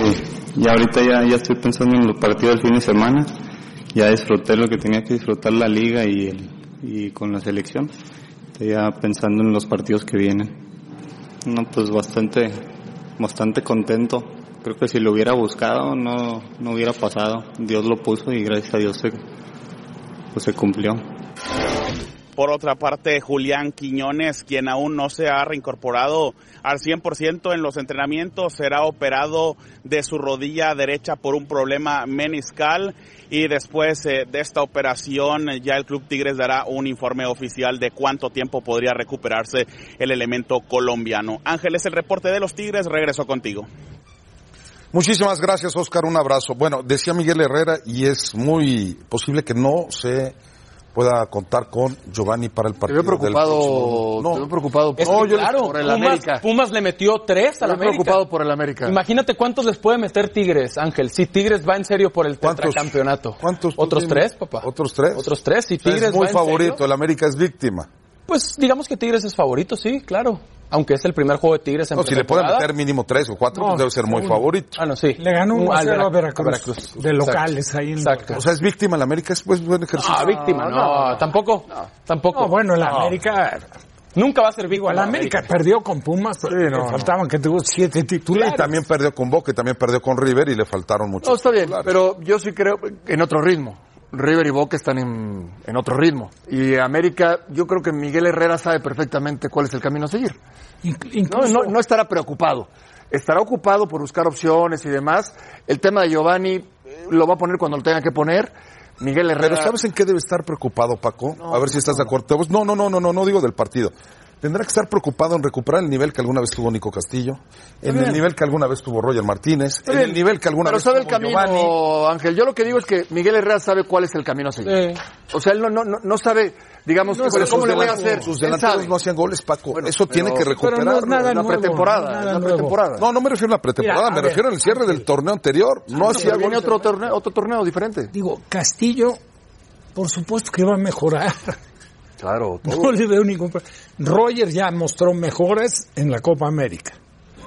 Speaker 12: Pues, Ya ahorita ya, ya estoy pensando en los partidos del fin de semana. Ya disfruté lo que tenía que disfrutar la liga y, el, y con la selección. Estoy ya pensando en los partidos que vienen. No, pues bastante, bastante contento. Creo que si lo hubiera buscado no, no hubiera pasado. Dios lo puso y gracias a Dios se, pues se cumplió.
Speaker 11: Por otra parte, Julián Quiñones, quien aún no se ha reincorporado al 100% en los entrenamientos, será operado de su rodilla derecha por un problema meniscal y después eh, de esta operación eh, ya el Club Tigres dará un informe oficial de cuánto tiempo podría recuperarse el elemento colombiano. Ángel es el reporte de los Tigres, regreso contigo.
Speaker 5: Muchísimas gracias, Oscar. Un abrazo. Bueno, decía Miguel Herrera y es muy posible que no se pueda contar con Giovanni para el
Speaker 7: Te
Speaker 5: partido.
Speaker 7: veo
Speaker 5: del
Speaker 7: preocupado,
Speaker 5: próximo-
Speaker 7: te veo preocupado por,
Speaker 8: Es que,
Speaker 7: No, yo-
Speaker 8: claro,
Speaker 7: por el
Speaker 8: Pumas,
Speaker 7: América.
Speaker 8: Pumas le metió tres
Speaker 7: Te
Speaker 8: al
Speaker 7: veo
Speaker 8: América.
Speaker 7: preocupado por el América.
Speaker 8: Imagínate cuántos les puede meter Tigres, Ángel. Si Tigres va en serio por el
Speaker 5: ¿Cuántos?
Speaker 8: tetracampeonato.
Speaker 5: ¿Cuántos tú
Speaker 8: ¿Otros
Speaker 5: tienes?
Speaker 8: tres, papá?
Speaker 5: ¿Otros tres?
Speaker 8: Otros tres. Si
Speaker 5: O sea,
Speaker 8: Tigres
Speaker 5: es muy
Speaker 8: va en
Speaker 5: favorito,
Speaker 8: serio,
Speaker 5: el América es víctima.
Speaker 8: pues digamos que Tigres es favorito, sí, claro. Aunque es el primer juego de Tigres en
Speaker 5: No, si le pueden
Speaker 8: pretemporada.
Speaker 5: meter mínimo tres o cuatro,
Speaker 6: No,
Speaker 5: pues debe ser muy
Speaker 6: seguro.
Speaker 5: favorito.
Speaker 8: Ah, no, sí.
Speaker 6: Le ganó
Speaker 8: Un-
Speaker 6: 1
Speaker 8: al
Speaker 6: 0 a
Speaker 8: Vera-
Speaker 6: Veracruz, de locales ahí en
Speaker 8: Exacto.
Speaker 5: O sea, es víctima, el América es pues buen ejercicio.
Speaker 8: Ah, víctima, no, tampoco. Tampoco.
Speaker 6: No, bueno, el América,
Speaker 8: Nunca va a ser
Speaker 6: digo,
Speaker 8: víctima.
Speaker 6: el América perdió con Pumas, pero le
Speaker 13: no, no.
Speaker 6: faltaban que tuvo siete titulares.
Speaker 5: Y también perdió con Boca y también perdió con River y le faltaron
Speaker 7: No,
Speaker 5: muchos.
Speaker 7: está bien, pero yo sí creo en otro ritmo. River y Boca están en, en otro ritmo. Y América, yo creo que Miguel Herrera sabe perfectamente cuál es el camino a seguir.
Speaker 6: Inc-
Speaker 7: No,
Speaker 6: incluso-
Speaker 7: no, no estará preocupado. Estará ocupado por buscar opciones y demás. El tema de Giovanni eh, lo va a poner cuando lo tenga que poner. Miguel Herrera.
Speaker 5: Pero ¿sabes en qué debe estar preocupado, Paco? a ver si estás de acuerdo. Pues, No, no, no, no, no, no digo del partido. Tendrá que estar preocupado en recuperar el nivel que alguna vez tuvo Nico Castillo, en el nivel que alguna vez tuvo Roger Martínez, en el nivel que alguna
Speaker 7: Pero
Speaker 5: vez
Speaker 7: sabe el
Speaker 5: tuvo
Speaker 7: camino,
Speaker 5: Giovanni.
Speaker 7: Ángel. Yo lo que digo es que Miguel Herrera sabe cuál es el camino a seguir.
Speaker 8: Eh,
Speaker 7: O sea, él no, no, no- no sabe, digamos,
Speaker 5: No, pero
Speaker 7: cómo
Speaker 5: sus
Speaker 7: le voy a
Speaker 5: delanteros-
Speaker 7: hacer.
Speaker 5: Sus
Speaker 7: Él
Speaker 5: delanteros
Speaker 7: sabe.
Speaker 5: no hacían goles, Paco.
Speaker 7: Bueno,
Speaker 5: Eso tiene
Speaker 7: pero-
Speaker 5: que
Speaker 6: pero
Speaker 5: recuperarlo.
Speaker 6: no es nada
Speaker 7: la
Speaker 6: nuevo,
Speaker 7: pretemporada,
Speaker 6: no es
Speaker 7: es
Speaker 6: nada
Speaker 7: la
Speaker 6: nuevo.
Speaker 7: pretemporada.
Speaker 5: No, no me refiero a la pretemporada,
Speaker 6: Mira, a
Speaker 5: me
Speaker 6: ver.
Speaker 5: refiero al cierre del torneo anterior. No
Speaker 7: No, si
Speaker 5: hacía
Speaker 7: viene
Speaker 5: goles.
Speaker 7: otro torneo, otro torneo diferente.
Speaker 6: Digo, Castillo, por supuesto que va a mejorar. (laughs)
Speaker 7: Claro,
Speaker 6: No le veo ningún pro- Roger ya mostró mejoras en la Copa América.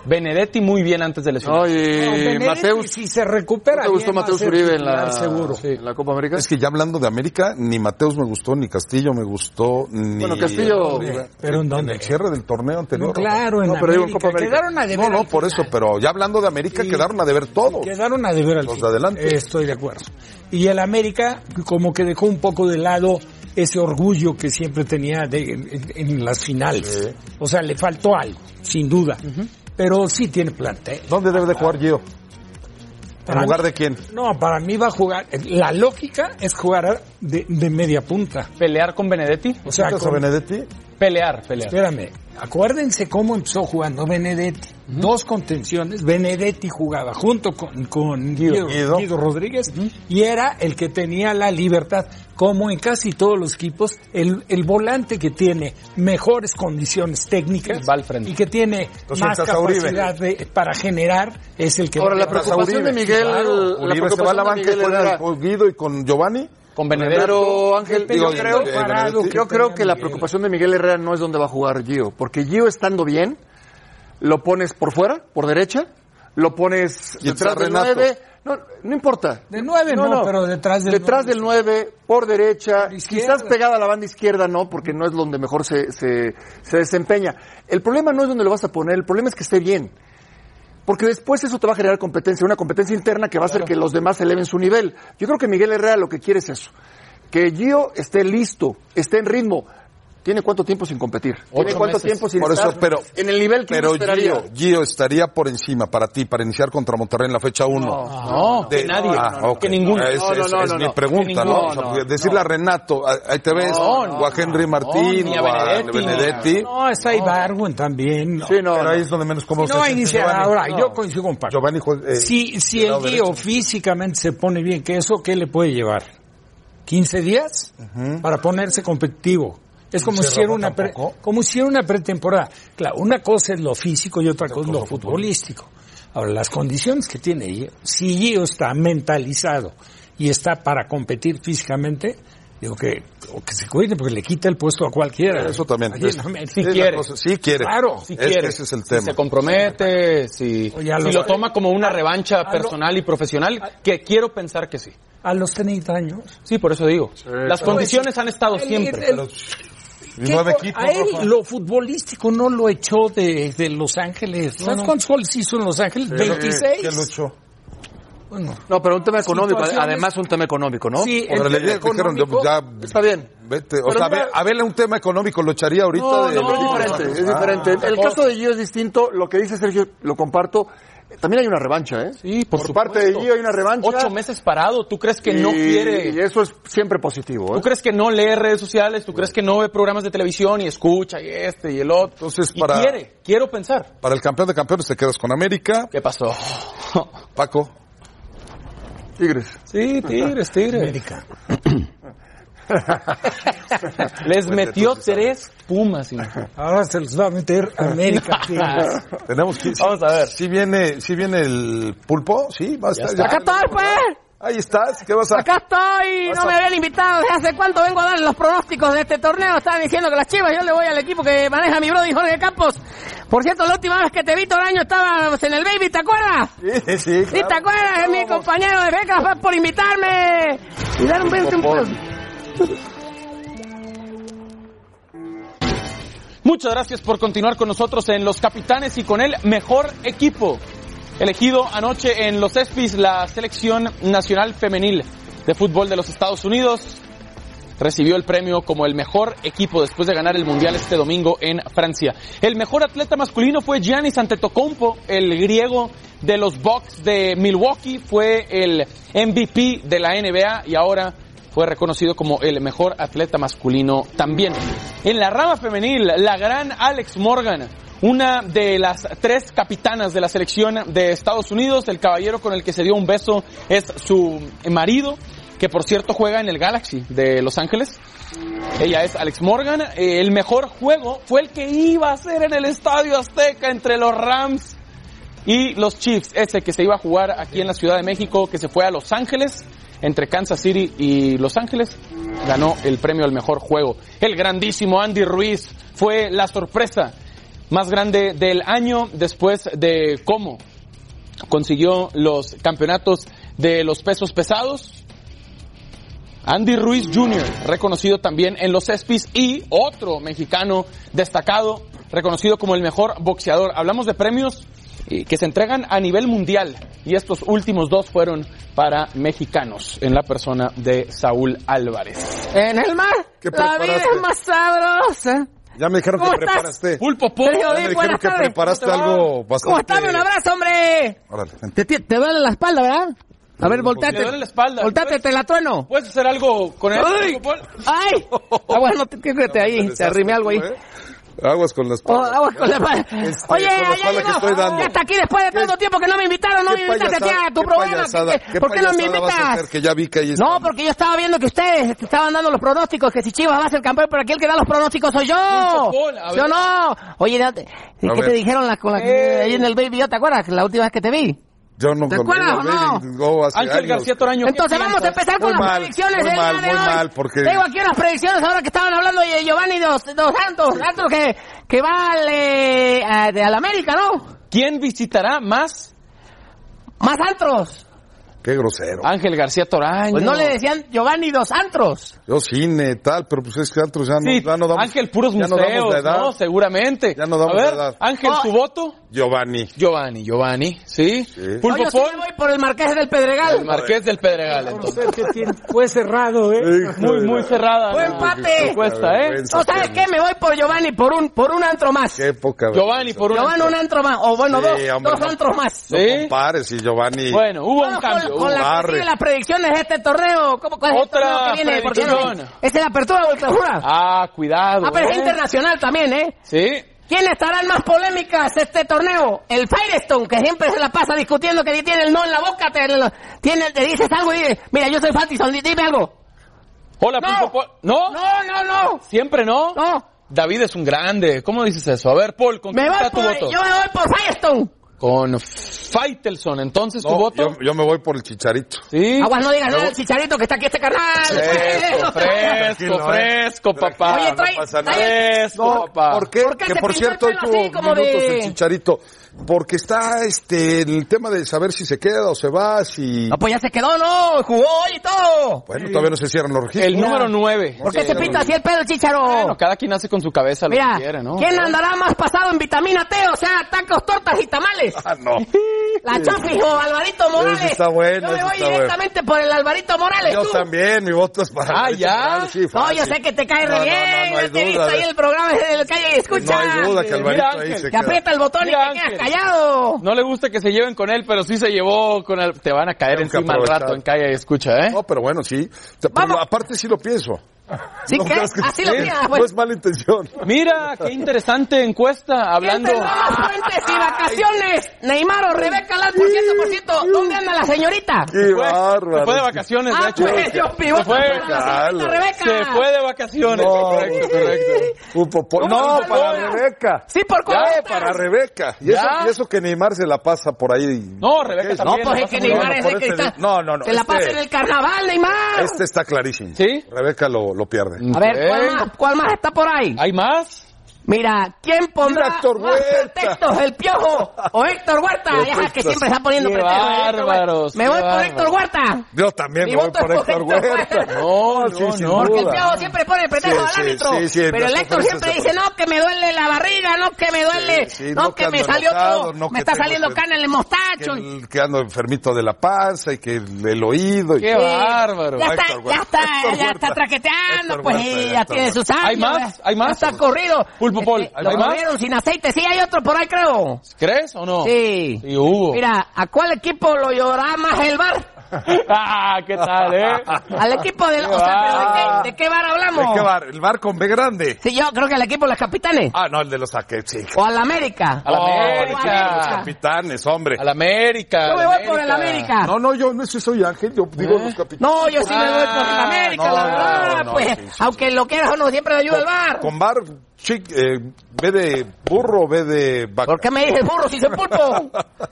Speaker 8: Benedetti muy bien antes de lesionar.
Speaker 7: No, y
Speaker 6: Benedetti,
Speaker 7: Eh, Mateus.
Speaker 6: si se recupera.
Speaker 7: ¿no ¿Te gustó
Speaker 6: bien, va a
Speaker 7: Mateus
Speaker 6: ser
Speaker 7: Uribe en
Speaker 6: titular
Speaker 7: la,
Speaker 6: Seguro.
Speaker 7: sí, en la Copa América?
Speaker 5: Es que ya hablando de América, ni Mateus me gustó, ni Castillo me gustó, ni...
Speaker 7: Bueno, Castillo-
Speaker 6: Pero ¿en dónde?
Speaker 5: el cierre del torneo anterior.
Speaker 6: No, claro, en
Speaker 7: No, pero digo,
Speaker 6: América.
Speaker 7: Copa América.
Speaker 6: Quedaron a
Speaker 5: No,
Speaker 6: deber.
Speaker 5: no,
Speaker 6: al
Speaker 5: por
Speaker 6: final.
Speaker 5: eso, pero ya hablando de América,
Speaker 6: Sí.
Speaker 5: quedaron a deber todo.
Speaker 6: Quedaron a deber al
Speaker 7: Pues
Speaker 5: Los de
Speaker 6: final.
Speaker 5: adelante.
Speaker 6: Estoy de acuerdo. Y el América como que dejó un poco de lado ese orgullo que siempre tenía de- en, en las finales. O sea, le faltó algo, sin duda. Pero sí tiene plantel.
Speaker 5: ¿Dónde debe de jugar Gio? ¿En
Speaker 6: Para
Speaker 5: lugar
Speaker 6: mí-
Speaker 5: de quién?
Speaker 6: No, para mí va a jugar. La lógica es jugar de, de media punta.
Speaker 8: Pelear con Benedetti.
Speaker 6: O sea,
Speaker 5: ¿Sacas a
Speaker 6: con-
Speaker 5: Benedetti?
Speaker 8: Pelear, pelear.
Speaker 6: espérame. Acuérdense cómo empezó jugando Benedetti. Dos contenciones. Benedetti jugaba junto con, con Guido,
Speaker 5: Guido.
Speaker 6: Guido Rodríguez y era el que tenía la libertad. Como en casi todos los equipos, el, el volante que tiene mejores condiciones técnicas
Speaker 8: Va al frente.
Speaker 6: y que tiene más
Speaker 5: sueltas a Uribe.
Speaker 6: capacidad de- para generar es el que
Speaker 7: Ahora,
Speaker 6: va
Speaker 7: la
Speaker 6: a llevar.
Speaker 7: preocupación de Miguel.
Speaker 6: Claro,
Speaker 5: Uribe
Speaker 7: la
Speaker 5: se va a
Speaker 7: preocupación
Speaker 5: la
Speaker 7: de
Speaker 5: banca y
Speaker 7: Miguel
Speaker 5: juega
Speaker 7: Herrera.
Speaker 5: con Guido y con Giovanni.
Speaker 8: Con Benedetti.
Speaker 7: Pero, Ángel,
Speaker 6: Depende
Speaker 7: yo
Speaker 6: del
Speaker 7: creo,
Speaker 6: parado
Speaker 5: Benedetti.
Speaker 7: yo creo que la
Speaker 6: Miguel.
Speaker 7: preocupación de Miguel Herrera no es dónde va a jugar Gio, porque Gio estando bien, lo pones por fuera, por derecha, lo pones
Speaker 5: Y está
Speaker 7: detrás del
Speaker 5: Renato.
Speaker 7: 9, no, no importa.
Speaker 6: De nueve no, pero detrás del
Speaker 7: Detrás
Speaker 6: nueve,
Speaker 7: del 9, por derecha,
Speaker 6: Por izquierda.
Speaker 7: quizás pegado a la banda izquierda no, porque no es donde mejor se, se, se desempeña. El problema no es donde lo vas a poner, el problema es que esté bien. Porque después eso te va a generar competencia, una competencia interna que va a hacer que los demás eleven su nivel. Yo creo que Miguel Herrera lo que quiere es eso. Que Gio esté listo, esté en ritmo. ¿Tiene cuánto tiempo sin competir? ¿Tiene
Speaker 5: Ocho
Speaker 7: cuánto
Speaker 5: meses.
Speaker 7: tiempo sin
Speaker 5: Por eso,
Speaker 7: estar
Speaker 5: pero-
Speaker 7: en el nivel que
Speaker 5: Pero
Speaker 7: uno esperaría?
Speaker 5: Gio, Gio estaría por encima para ti, para iniciar contra Monterrey en la fecha 1.
Speaker 8: No, que nadie, que ninguno.
Speaker 5: Es,
Speaker 8: No, no,
Speaker 5: es-
Speaker 8: no,
Speaker 5: es
Speaker 8: no,
Speaker 5: mi
Speaker 8: no.
Speaker 5: pregunta,
Speaker 8: Que ninguno,
Speaker 5: ¿no? O sea,
Speaker 8: no,
Speaker 5: porque decirle a Renato, ah, ahí te ves, o a Henry Martín,
Speaker 8: ni a
Speaker 5: o a
Speaker 8: Benedetti.
Speaker 5: Benedetti.
Speaker 6: No, está Ibarwen también. No,
Speaker 7: Sí, no,
Speaker 5: Pero
Speaker 7: no.
Speaker 5: ahí es donde menos cómodo
Speaker 6: no va a iniciar
Speaker 5: Giovanni.
Speaker 6: ahora.
Speaker 5: No.
Speaker 6: Yo coincido con Paco.
Speaker 5: Giovanni juega, eh,
Speaker 6: Si, si
Speaker 5: del
Speaker 6: el
Speaker 5: lado
Speaker 6: Guío
Speaker 5: derecho.
Speaker 6: físicamente se pone bien, que eso qué le puede llevar? ¿15 días? Para ponerse competitivo. Es como si, era una pre- como si era una pretemporada. Claro, una cosa es lo físico y otra cosa es lo futbolístico. Ahora, las condiciones que tiene Guío, si Guío está mentalizado y está para competir físicamente, digo que, o que se cuide porque le quita el puesto a cualquiera.
Speaker 5: Eso también.
Speaker 6: Aquí en
Speaker 5: Es-
Speaker 6: América.
Speaker 5: es la
Speaker 8: quiere.
Speaker 5: cosa- sí quiere.
Speaker 6: Claro.
Speaker 8: si
Speaker 5: Es que
Speaker 8: quiere,
Speaker 5: ese es el
Speaker 8: si
Speaker 5: tema.
Speaker 8: se compromete, si,
Speaker 6: Oye, a
Speaker 8: si
Speaker 6: los-
Speaker 8: lo toma como una revancha
Speaker 6: lo-
Speaker 8: personal y profesional, que quiero pensar que sí.
Speaker 6: A los 30 años.
Speaker 8: Sí, por eso digo. Las
Speaker 6: claro.
Speaker 8: condiciones han estado
Speaker 6: El-
Speaker 8: siempre.
Speaker 6: el-
Speaker 5: Y
Speaker 6: ¿Qué
Speaker 5: nueve
Speaker 6: co-
Speaker 5: equipos,
Speaker 6: a él
Speaker 5: Rafa.
Speaker 6: lo futbolístico no lo echó de, de Los Ángeles. ¿Sabes cuántos goles hizo en Los Ángeles?
Speaker 5: ¿Qué
Speaker 6: 26.
Speaker 5: luchó?
Speaker 6: Bueno,
Speaker 7: No, pero un tema económico,
Speaker 6: Situaciones-
Speaker 7: además un tema económico, ¿no?
Speaker 6: sí,
Speaker 5: Pero
Speaker 6: el
Speaker 5: le dijeron,
Speaker 6: económico-
Speaker 5: ya,
Speaker 7: Está bien.
Speaker 5: vete. O
Speaker 7: Pero
Speaker 5: sea,
Speaker 7: mira-
Speaker 5: a ver, un tema económico lo echaría ahorita.
Speaker 7: No,
Speaker 5: de-
Speaker 7: no, pero es diferente, es
Speaker 5: Ah.
Speaker 7: diferente.
Speaker 4: Oh.
Speaker 7: El caso de Gio es distinto, lo que dice Sergio lo comparto. También hay una revancha, ¿eh?
Speaker 8: Sí, por supuesto.
Speaker 7: parte de Gio hay una revancha.
Speaker 8: Ocho meses parado, ¿tú crees que no
Speaker 7: Y- Y
Speaker 8: quiere?
Speaker 7: eso es siempre positivo,
Speaker 8: ¿Tú
Speaker 7: ¿eh?
Speaker 8: crees que no lee redes sociales? ¿Tú crees que no ve programas de televisión y escucha y este y el otro?
Speaker 5: Entonces,
Speaker 8: Y
Speaker 5: para-
Speaker 8: quiere, quiero pensar.
Speaker 5: Para el campeón de campeones te quedas con América.
Speaker 8: ¿Qué pasó?
Speaker 5: Paco.
Speaker 7: Tigres.
Speaker 8: Sí, Tigres, Tigres.
Speaker 7: Pues
Speaker 8: Les metió tres pumas. hijo.
Speaker 6: Ahora se los va a meter (laughs) América. Tigres.
Speaker 5: Tenemos que...
Speaker 8: Vamos a ver.
Speaker 5: Si viene, si viene el pulpo, sí, va a estar. ya.
Speaker 11: Acá estoy, pues.
Speaker 5: Ahí estás, ¿qué vas a...?
Speaker 11: Acá estoy. No me habían invitado desde hace cuánto vengo a dar los pronósticos de este torneo. Estaban diciendo que las chivas, yo le voy al equipo que maneja mi brother Jorge Campos. Por cierto, la última vez que te vi todo el año estabas en el Baby, ¿te acuerdas?
Speaker 5: Sí, sí,
Speaker 11: Sí, ¿te acuerdas? Es mi compañero de becas, fue por invitarme. Y dar un beso. un-
Speaker 8: Muchas gracias por continuar con nosotros en Los Capitanes y con el mejor equipo. Elegido anoche en los ESPYs la selección nacional femenil de fútbol de los Estados Unidos. Recibió el premio como el mejor equipo después de ganar el Mundial este domingo en Francia. El mejor atleta masculino fue Giannis Antetokounmpo, el griego de los Bucks de Milwaukee. Fue el MVP de la NBA y ahora fue reconocido como el mejor atleta masculino también. En la rama femenil, la gran Alex Morgan, una de las tres capitanas de la selección de Estados Unidos, el caballero con el que se dio un beso es su marido, que por cierto juega en el Galaxy de Los Ángeles. Ella es Alex Morgan. Eh, el mejor juego fue el que iba a ser en el Estadio Azteca entre los Rams y los Chiefs, ese que se iba a jugar aquí en la Ciudad de México, que se fue a Los Ángeles, entre Kansas City y Los Ángeles, ganó el premio al mejor juego. El grandísimo Andy Ruiz fue la sorpresa más grande del año después de cómo consiguió los campeonatos de los pesos pesados. Andy Ruiz Jr., reconocido también en los ESPYs, y otro mexicano destacado, reconocido como el mejor boxeador. Hablamos de premios eh, que se entregan a nivel mundial, y estos últimos dos fueron para mexicanos, en la persona de Saúl Álvarez.
Speaker 11: En el mar,
Speaker 5: ¿Qué
Speaker 11: la vida
Speaker 5: preparaste?
Speaker 11: es más sabrosa.
Speaker 5: Ya me dijeron que
Speaker 11: ¿Cómo estás?
Speaker 5: preparaste.
Speaker 8: Pulpo,
Speaker 11: Sergio,
Speaker 5: Ya
Speaker 8: pulpo.
Speaker 5: me
Speaker 11: David,
Speaker 5: dijeron
Speaker 11: buenas
Speaker 5: que
Speaker 11: tardes.
Speaker 5: preparaste
Speaker 11: ¿Cómo te va?
Speaker 5: algo
Speaker 11: ¿Cómo
Speaker 5: bastante...
Speaker 11: estás? Un abrazo, hombre.
Speaker 5: Órale, vente.
Speaker 11: Te, ti- te duele la espalda, ¿verdad? A ver, voltate.
Speaker 8: Me duele la espalda.
Speaker 11: Voltate, te la trueno.
Speaker 8: ¿Puedes hacer algo con él?
Speaker 11: ¡Ay! ¡Ay! Ah, bueno, te- quédate ahí, te arrime algo ahí.
Speaker 5: Aguas con las
Speaker 11: Oh,
Speaker 5: palabras.
Speaker 11: aguas con la espalda.
Speaker 5: Este,
Speaker 11: Oye,
Speaker 5: con la
Speaker 11: allá
Speaker 5: espalda que
Speaker 11: llegó.
Speaker 5: estoy dando.
Speaker 11: Ya está aquí después de tanto tiempo que no me invitaron, no me invitaste a ti a tu
Speaker 5: qué
Speaker 11: programa.
Speaker 5: payasada,
Speaker 11: ¿Qué- ¿Por qué no
Speaker 5: payasada vas
Speaker 11: me
Speaker 5: a hacer?
Speaker 11: invitas?
Speaker 5: Que ya vi que ahí está.
Speaker 11: No, porque yo estaba viendo que ustedes te estaban dando los pronósticos, que si Chivas va a ser campeón, pero aquí el que da los pronósticos soy yo.
Speaker 8: Chocol, a ver. Eh.
Speaker 11: Yo no. Oye, ¿de dónde- ¿qué
Speaker 5: ver.
Speaker 11: te dijeron las con la, ahí en el Baby? ¿Yo te acuerdas? La última vez que te vi.
Speaker 5: Yo no
Speaker 11: ¿Te
Speaker 5: con
Speaker 11: acuerdas
Speaker 5: Leo
Speaker 11: o no?
Speaker 5: Bailey, go oh, hace
Speaker 8: Ángel
Speaker 5: años.
Speaker 8: García Toraño. ¿qué
Speaker 11: Entonces vamos a
Speaker 8: piensas?
Speaker 11: empezar con
Speaker 5: Muy
Speaker 11: las
Speaker 5: mal,
Speaker 11: predicciones
Speaker 5: muy
Speaker 11: del
Speaker 5: mal,
Speaker 11: día de
Speaker 5: muy
Speaker 11: hoy.
Speaker 5: mal, porque-
Speaker 11: Tengo aquí unas predicciones ahora que estaban hablando de Giovanni dos, dos Santos, Santos que, que va al, eh, a, de- al América, ¿no?
Speaker 8: ¿Quién visitará más
Speaker 11: Más antros.
Speaker 5: Qué grosero.
Speaker 8: Ángel García Toraño.
Speaker 11: Pues no le decían Giovanni Dos Antros.
Speaker 5: Yo cine, tal, pero pues es que antros ya no,
Speaker 8: Sí,
Speaker 5: ya no damos.
Speaker 8: Ángel, puros
Speaker 5: ya no damos
Speaker 8: museos,
Speaker 5: la edad.
Speaker 8: ¿no? Seguramente.
Speaker 5: Ya no damos
Speaker 8: A ver,
Speaker 5: la edad.
Speaker 8: Ángel, ¿tu voto?
Speaker 5: Giovanni.
Speaker 8: Giovanni, Giovanni, ¿sí?
Speaker 11: No,
Speaker 8: Pulpo
Speaker 11: yo sí
Speaker 8: Pol,
Speaker 11: me voy por el Marqués del Pedregal.
Speaker 8: el Marqués del Pedregal, entonces.
Speaker 6: Conocer que tiene- Fue cerrado, ¿eh?
Speaker 8: Muy, muy cerrada.
Speaker 11: Fue empate.
Speaker 8: Cuesta, ¿eh?
Speaker 11: ¿O sabes qué? Me voy por Giovanni por un, por un antro más.
Speaker 5: Qué poca
Speaker 8: Giovanni, por un...
Speaker 11: Giovanni un antro más. O bueno,
Speaker 5: Sí,
Speaker 11: dos,
Speaker 5: hombre,
Speaker 11: dos
Speaker 5: no.
Speaker 11: antros más.
Speaker 8: ¿Sí?
Speaker 5: Pares y Giovanni.
Speaker 8: Bueno, hubo un
Speaker 11: Vamos con-
Speaker 8: cambio.
Speaker 11: con,
Speaker 8: hubo-
Speaker 11: la
Speaker 5: barre.
Speaker 11: sigue las predicciones de este torneo. ¿Cómo, ¿Cuál es
Speaker 8: Otra
Speaker 11: el torneo que viene? Porque
Speaker 8: predicción.
Speaker 11: no- es la apertura o el clausura.
Speaker 8: Ah, cuidado.
Speaker 11: Ah, pero es
Speaker 8: ¿eh?
Speaker 11: internacional también, ¿eh?
Speaker 8: Sí.
Speaker 11: ¿Quiénes estarán más polémicas este torneo? El Firestone, que siempre se la pasa discutiendo que tiene el no en la boca, te, lo- tiene, te dices algo y dices, mira, yo soy Fatison, di- dime algo.
Speaker 8: Hola,
Speaker 11: No.
Speaker 8: Pulpo Pol. ¿No?
Speaker 11: No, no, no,
Speaker 8: ¿Siempre no?
Speaker 11: no.
Speaker 8: David es un grande. ¿Cómo dices eso? A ver, Paul, ¿con
Speaker 11: Me
Speaker 8: quién
Speaker 11: voy
Speaker 8: está tu
Speaker 11: por,
Speaker 8: voto?
Speaker 11: yo me voy por Firestone.
Speaker 8: Con Faitelson. Entonces, ¿tu
Speaker 5: No,
Speaker 8: voto?
Speaker 5: Yo, yo me voy por el chicharito.
Speaker 8: Sí.
Speaker 11: Aguas, no digas nada al chicharito que está aquí este canal. (laughs)
Speaker 8: Fresco, fresco,
Speaker 5: Tranquilo, eh.
Speaker 8: fresco, papá.
Speaker 11: Oye, trae-
Speaker 8: no pasa nada.
Speaker 11: trae-
Speaker 8: Fresco, papá.
Speaker 5: ¿Por qué?
Speaker 11: ¿Por qué
Speaker 5: que
Speaker 11: se
Speaker 5: por
Speaker 11: pintó el
Speaker 5: cierto hoy
Speaker 11: pelo
Speaker 5: tuvo
Speaker 11: así, como
Speaker 5: minutos
Speaker 11: de-
Speaker 5: el chicharito. Porque está este el tema de saber si se queda o se va, si.
Speaker 11: No, pues ya se quedó, no, jugó hoy y todo.
Speaker 5: Bueno, todavía no se cierran los registros.
Speaker 8: El número nueve.
Speaker 11: ¿Por qué se pinta así el pelo, chicharo?
Speaker 8: Bueno, cada quien hace con su cabeza lo
Speaker 11: Mira,
Speaker 8: que quiere, ¿no?
Speaker 11: ¿quién andará más pasado en vitamina T? O sea, tacos, tortas y tamales.
Speaker 5: Ah, no.
Speaker 11: (laughs) La Chafi o Alvarito Morales.
Speaker 5: Ese está bueno,
Speaker 11: Yo me
Speaker 5: ese
Speaker 11: voy
Speaker 5: está
Speaker 11: directamente por el Alvarito Morales.
Speaker 5: Yo
Speaker 11: tú.
Speaker 5: también, mi voto es para.
Speaker 8: Ah,
Speaker 5: Alvarito
Speaker 8: ¿ya?
Speaker 5: Morales, sí,
Speaker 11: No, yo
Speaker 5: fácil.
Speaker 11: sé que te cae re
Speaker 5: No, no,
Speaker 11: bien.
Speaker 5: no, no hay
Speaker 11: yo te he visto
Speaker 5: duda
Speaker 11: ahí
Speaker 5: de-
Speaker 11: el programa desde el calle y escucha.
Speaker 5: No hay duda que Alvarito
Speaker 8: Mira,
Speaker 5: ahí
Speaker 8: Ángel,
Speaker 5: se
Speaker 11: Que
Speaker 5: queda.
Speaker 11: aprieta el botón
Speaker 8: Mira,
Speaker 11: y te quedas
Speaker 8: Ángel.
Speaker 11: callado.
Speaker 8: No le gusta que se lleven con él, pero sí se llevó con él. Te van a caer
Speaker 5: Tengo que
Speaker 8: encima al
Speaker 5: aprovechar.
Speaker 8: rato en calle y escucha, ¿eh?
Speaker 11: Oh.
Speaker 5: No, pero bueno, sí. O sea, pero
Speaker 11: Vamos.
Speaker 5: aparte sí lo pienso.
Speaker 11: Sí,
Speaker 5: No
Speaker 11: que
Speaker 5: creas
Speaker 11: así lo piensas,
Speaker 5: No
Speaker 11: pues.
Speaker 5: es mala intención.
Speaker 8: Mira, qué interesante encuesta
Speaker 11: ¿Quién
Speaker 8: hablando.
Speaker 11: tendrá más puentes y vacaciones? Neymar o Rebeca Las por ciento por ciento. ¿Dónde anda la señorita?
Speaker 5: Qué
Speaker 8: Fue-
Speaker 5: bárbaro.
Speaker 8: se fue de vacaciones, de
Speaker 11: Ah,
Speaker 8: hecho.
Speaker 11: pues, Dios mío.
Speaker 8: se fue,
Speaker 11: la señorita Rebeca.
Speaker 8: se fue de vacaciones.
Speaker 5: No,
Speaker 8: correcto, correcto.
Speaker 5: Un popó-
Speaker 11: Un
Speaker 5: No,
Speaker 11: popó.
Speaker 5: para Rebeca.
Speaker 11: Sí, por
Speaker 5: Ya,
Speaker 11: cuántas?
Speaker 5: para Rebeca. Y
Speaker 8: Ya.
Speaker 5: eso, y eso que Neymar se la pasa por ahí.
Speaker 8: No, Rebeca
Speaker 5: ¿Qué
Speaker 11: No,
Speaker 8: también.
Speaker 11: pues
Speaker 8: la
Speaker 11: es
Speaker 8: pasa
Speaker 11: que
Speaker 8: muy
Speaker 11: Neymar
Speaker 8: bien.
Speaker 11: es
Speaker 5: por
Speaker 11: el que
Speaker 5: este
Speaker 11: está.
Speaker 5: di- no, no, no,
Speaker 11: Se la
Speaker 5: este-
Speaker 11: pasa en el carnaval, Neymar.
Speaker 5: Este está clarísimo.
Speaker 8: ¿Sí?
Speaker 5: Rebeca lo, lo pierde.
Speaker 11: A ver, ¿cuál
Speaker 8: Ok.
Speaker 11: más, ¿cuál más está por ahí?
Speaker 8: ¿Hay más?
Speaker 11: Mira, ¿quién pondrá
Speaker 5: Mira, Héctor
Speaker 11: más
Speaker 5: Huerta.
Speaker 11: pretextos? ¿El Piojo o Héctor Huerta?
Speaker 5: Qué
Speaker 11: Ya sabes que
Speaker 5: pretextos.
Speaker 11: siempre está poniendo
Speaker 8: Qué
Speaker 11: pretextos. Héctor Huerta.
Speaker 8: bárbaros,
Speaker 11: Me
Speaker 8: qué
Speaker 11: voy por
Speaker 8: bárbaros.
Speaker 11: Héctor Huerta.
Speaker 5: Yo también
Speaker 11: Mi
Speaker 5: me voy
Speaker 11: voto es
Speaker 5: por
Speaker 11: por
Speaker 5: Héctor
Speaker 11: Héctor
Speaker 5: Huerta.
Speaker 11: (laughs) Huerta.
Speaker 8: No,
Speaker 5: sí,
Speaker 8: no,
Speaker 5: sin
Speaker 8: no.
Speaker 11: Porque el
Speaker 5: duda.
Speaker 11: Piojo siempre pone pretextos
Speaker 5: Sí, sí,
Speaker 11: al árbitro.
Speaker 5: sí, sí,
Speaker 11: pero el
Speaker 5: las
Speaker 11: Héctor siempre
Speaker 5: ofensas
Speaker 11: dice, no, que me duele la barriga, no, que me duele,
Speaker 5: Sí, sí,
Speaker 11: no,
Speaker 5: no,
Speaker 11: que
Speaker 5: que
Speaker 11: me
Speaker 5: ando
Speaker 11: salió
Speaker 5: enojado,
Speaker 11: todo,
Speaker 5: no,
Speaker 11: me
Speaker 5: que
Speaker 11: está
Speaker 5: tengo
Speaker 11: saliendo
Speaker 5: que-
Speaker 11: cana en el
Speaker 5: Que,
Speaker 11: mostacho.
Speaker 5: el- que ando enfermito de la panza y que el, el oído. Y...
Speaker 8: Qué bárbaro.
Speaker 11: Ya está,
Speaker 5: Héctor
Speaker 11: ya
Speaker 5: Huerta.
Speaker 11: está,
Speaker 5: Héctor
Speaker 11: ya está
Speaker 5: Huerta.
Speaker 11: traqueteando,
Speaker 5: Héctor
Speaker 11: pues
Speaker 5: Huerta,
Speaker 11: y ya
Speaker 5: Héctor
Speaker 11: tiene
Speaker 5: Huerta.
Speaker 11: sus años.
Speaker 8: ¿Hay más?
Speaker 11: ya-
Speaker 8: ¿Hay más?
Speaker 11: ya está corrido.
Speaker 8: Pulpo Pol, ¿hay
Speaker 11: lo
Speaker 8: más?
Speaker 11: corrieron sin aceite. Sí, hay otro por ahí, creo.
Speaker 8: ¿Crees o no?
Speaker 11: Sí.
Speaker 8: Sí, hubo.
Speaker 11: Mira, ¿a cuál equipo lo llorará más el bar?
Speaker 8: (laughs) Ah, ¿qué tal,
Speaker 11: (laughs)
Speaker 8: eh?
Speaker 11: Al equipo del... O sea, pero ¿de qué, de qué bar hablamos?
Speaker 5: ¿De qué bar? El bar con B grande.
Speaker 11: Sí, yo creo que al equipo de los capitanes.
Speaker 5: Ah, no, el de los saques, sí.
Speaker 11: O al América.
Speaker 8: A la
Speaker 5: Oh,
Speaker 11: América.
Speaker 8: América.
Speaker 5: Capitanes, hombre.
Speaker 8: A la América.
Speaker 11: Yo
Speaker 8: a
Speaker 11: me
Speaker 8: la
Speaker 11: voy por el América.
Speaker 5: No, no, yo no ese soy Ángel, yo digo los capitanes.
Speaker 11: Ah. ¿Eh? No, yo sí me voy por el
Speaker 8: Ah,
Speaker 11: América,
Speaker 5: no,
Speaker 11: la verdad.
Speaker 5: no, no,
Speaker 11: pues,
Speaker 5: sí, sí,
Speaker 11: aunque lo quieras o no, siempre le ayuda el bar.
Speaker 5: Con bar, chic, eh, ve de burro, ve de vaca.
Speaker 11: ¿Por qué me dices burro si soy pulpo?
Speaker 5: (laughs)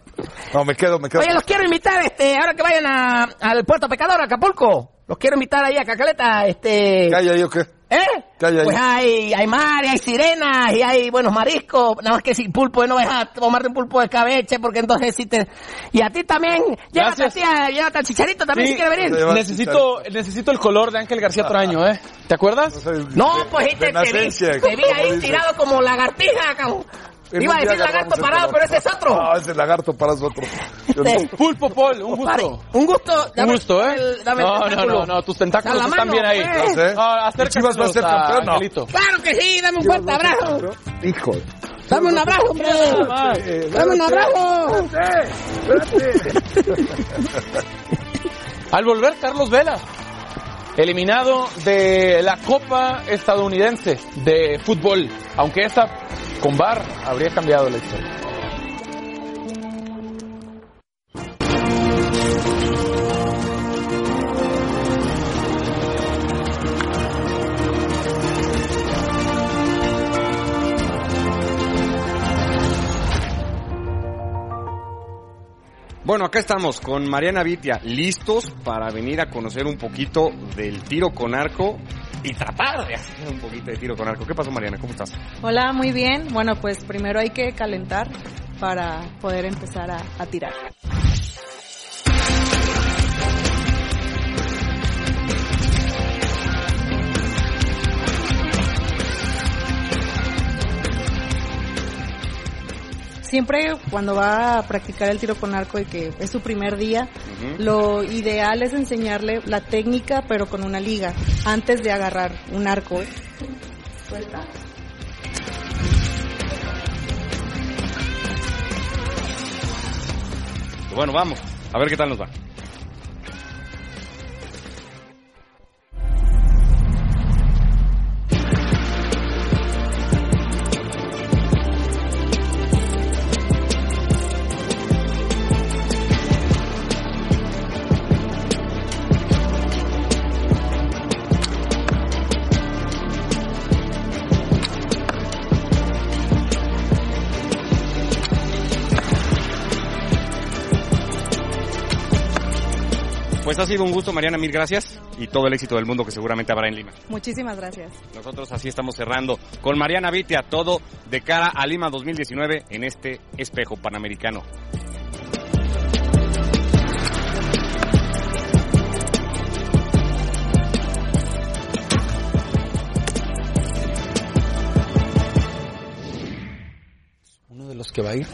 Speaker 5: No, me quedo, me quedo.
Speaker 11: Oye, los quiero invitar, este, ahora que vayan a, al Puerto Pecador, a Acapulco. Los quiero invitar ahí a Cacaleta, este...
Speaker 5: ¿Calla ahí o qué?
Speaker 11: ¿Eh?
Speaker 5: Calla ahí.
Speaker 11: Pues hay, hay mar, y hay sirenas, y hay buenos mariscos. Nada más que sin pulpo, no vas a tomarte un pulpo de escabeche, porque entonces si te... Y a ti también, llévate a
Speaker 8: Gracias.
Speaker 11: ti, a- llévate al chicharito también
Speaker 8: Sí.
Speaker 11: si quiere venir.
Speaker 8: Necesito, necesito el color de Ángel García Toraño, ¿eh? ¿Te acuerdas?
Speaker 11: No, pues ahí te, te vi,
Speaker 5: Benacencia,
Speaker 11: te vi
Speaker 5: eh, como
Speaker 11: ahí
Speaker 5: dicen.
Speaker 11: tirado como lagartija, cabrón.
Speaker 5: En
Speaker 11: Iba
Speaker 5: un
Speaker 11: a
Speaker 5: día Ah.
Speaker 11: decir lagarto
Speaker 5: agarramos el
Speaker 11: parado,
Speaker 5: color.
Speaker 11: pero ese es otro.
Speaker 5: No, ese lagarto para nosotros. Yo
Speaker 11: Este,
Speaker 5: no-
Speaker 8: Pulpo Paul, un gusto.
Speaker 11: Un gusto.
Speaker 8: Un
Speaker 11: dame
Speaker 8: gusto, ¿eh?
Speaker 11: el- dame el
Speaker 8: no, no,
Speaker 11: tentáculo.
Speaker 8: no, no, tus tentáculos
Speaker 11: A la
Speaker 8: están
Speaker 11: mano,
Speaker 8: bien ahí.
Speaker 11: pues.
Speaker 5: No sé.
Speaker 8: Ah, acércalos
Speaker 5: Chivas va a ser campeón, ¿no?
Speaker 8: Angelito.
Speaker 11: Claro que sí, dame un fuerte abrazo.
Speaker 5: Hijo.
Speaker 11: Dame un abrazo, hombre. Dame un abrazo.
Speaker 8: Al volver, Carlos Vela, eliminado de la Copa Estadounidense de Fútbol, aunque esta con VAR habría cambiado la historia.
Speaker 4: Bueno, acá estamos con Mariana Vitia, listos para venir a conocer un poquito del tiro con arco y tratar de hacer un poquito de tiro con arco. ¿Qué pasó, Mariana? ¿Cómo estás?
Speaker 14: Hola, muy bien. Bueno, pues primero hay que calentar para poder empezar a, a tirar. siempre cuando va a practicar el tiro con arco y que es su primer día, lo ideal es enseñarle la técnica pero con una liga antes de agarrar un arco.
Speaker 4: Bueno, vamos. A ver qué tal nos va. Pues ha sido un gusto, Mariana. Mil gracias. Y todo el éxito del mundo que seguramente habrá en Lima.
Speaker 14: Muchísimas gracias.
Speaker 4: Nosotros así estamos cerrando con Mariana Vitia, todo de cara a Lima 2019 en este espejo panamericano.
Speaker 5: Uno de los que va a ir.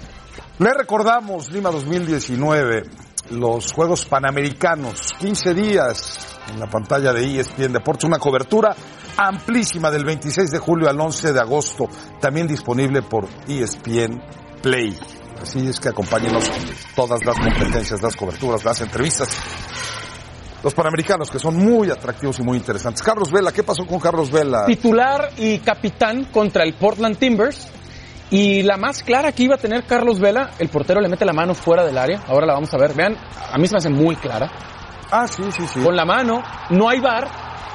Speaker 5: Le recordamos Lima 2019, los Juegos Panamericanos, 15 días en la pantalla de E ESPN Deportes, una cobertura amplísima del 26 de julio al 11 de agosto, también disponible por E ESPN Play. Así es que acompáñenos todas las competencias, las coberturas, las entrevistas. Los Panamericanos, que son muy atractivos y muy interesantes. Carlos Vela, ¿qué pasó con Carlos Vela?
Speaker 8: Titular y capitán contra el Portland Timbers. Y la más clara que iba a tener Carlos Vela, el portero le mete la mano fuera del área. Ahora la vamos a ver. Vean, a mí se me hace muy clara.
Speaker 5: Ah, sí, sí, sí.
Speaker 8: Con la mano, no hay bar,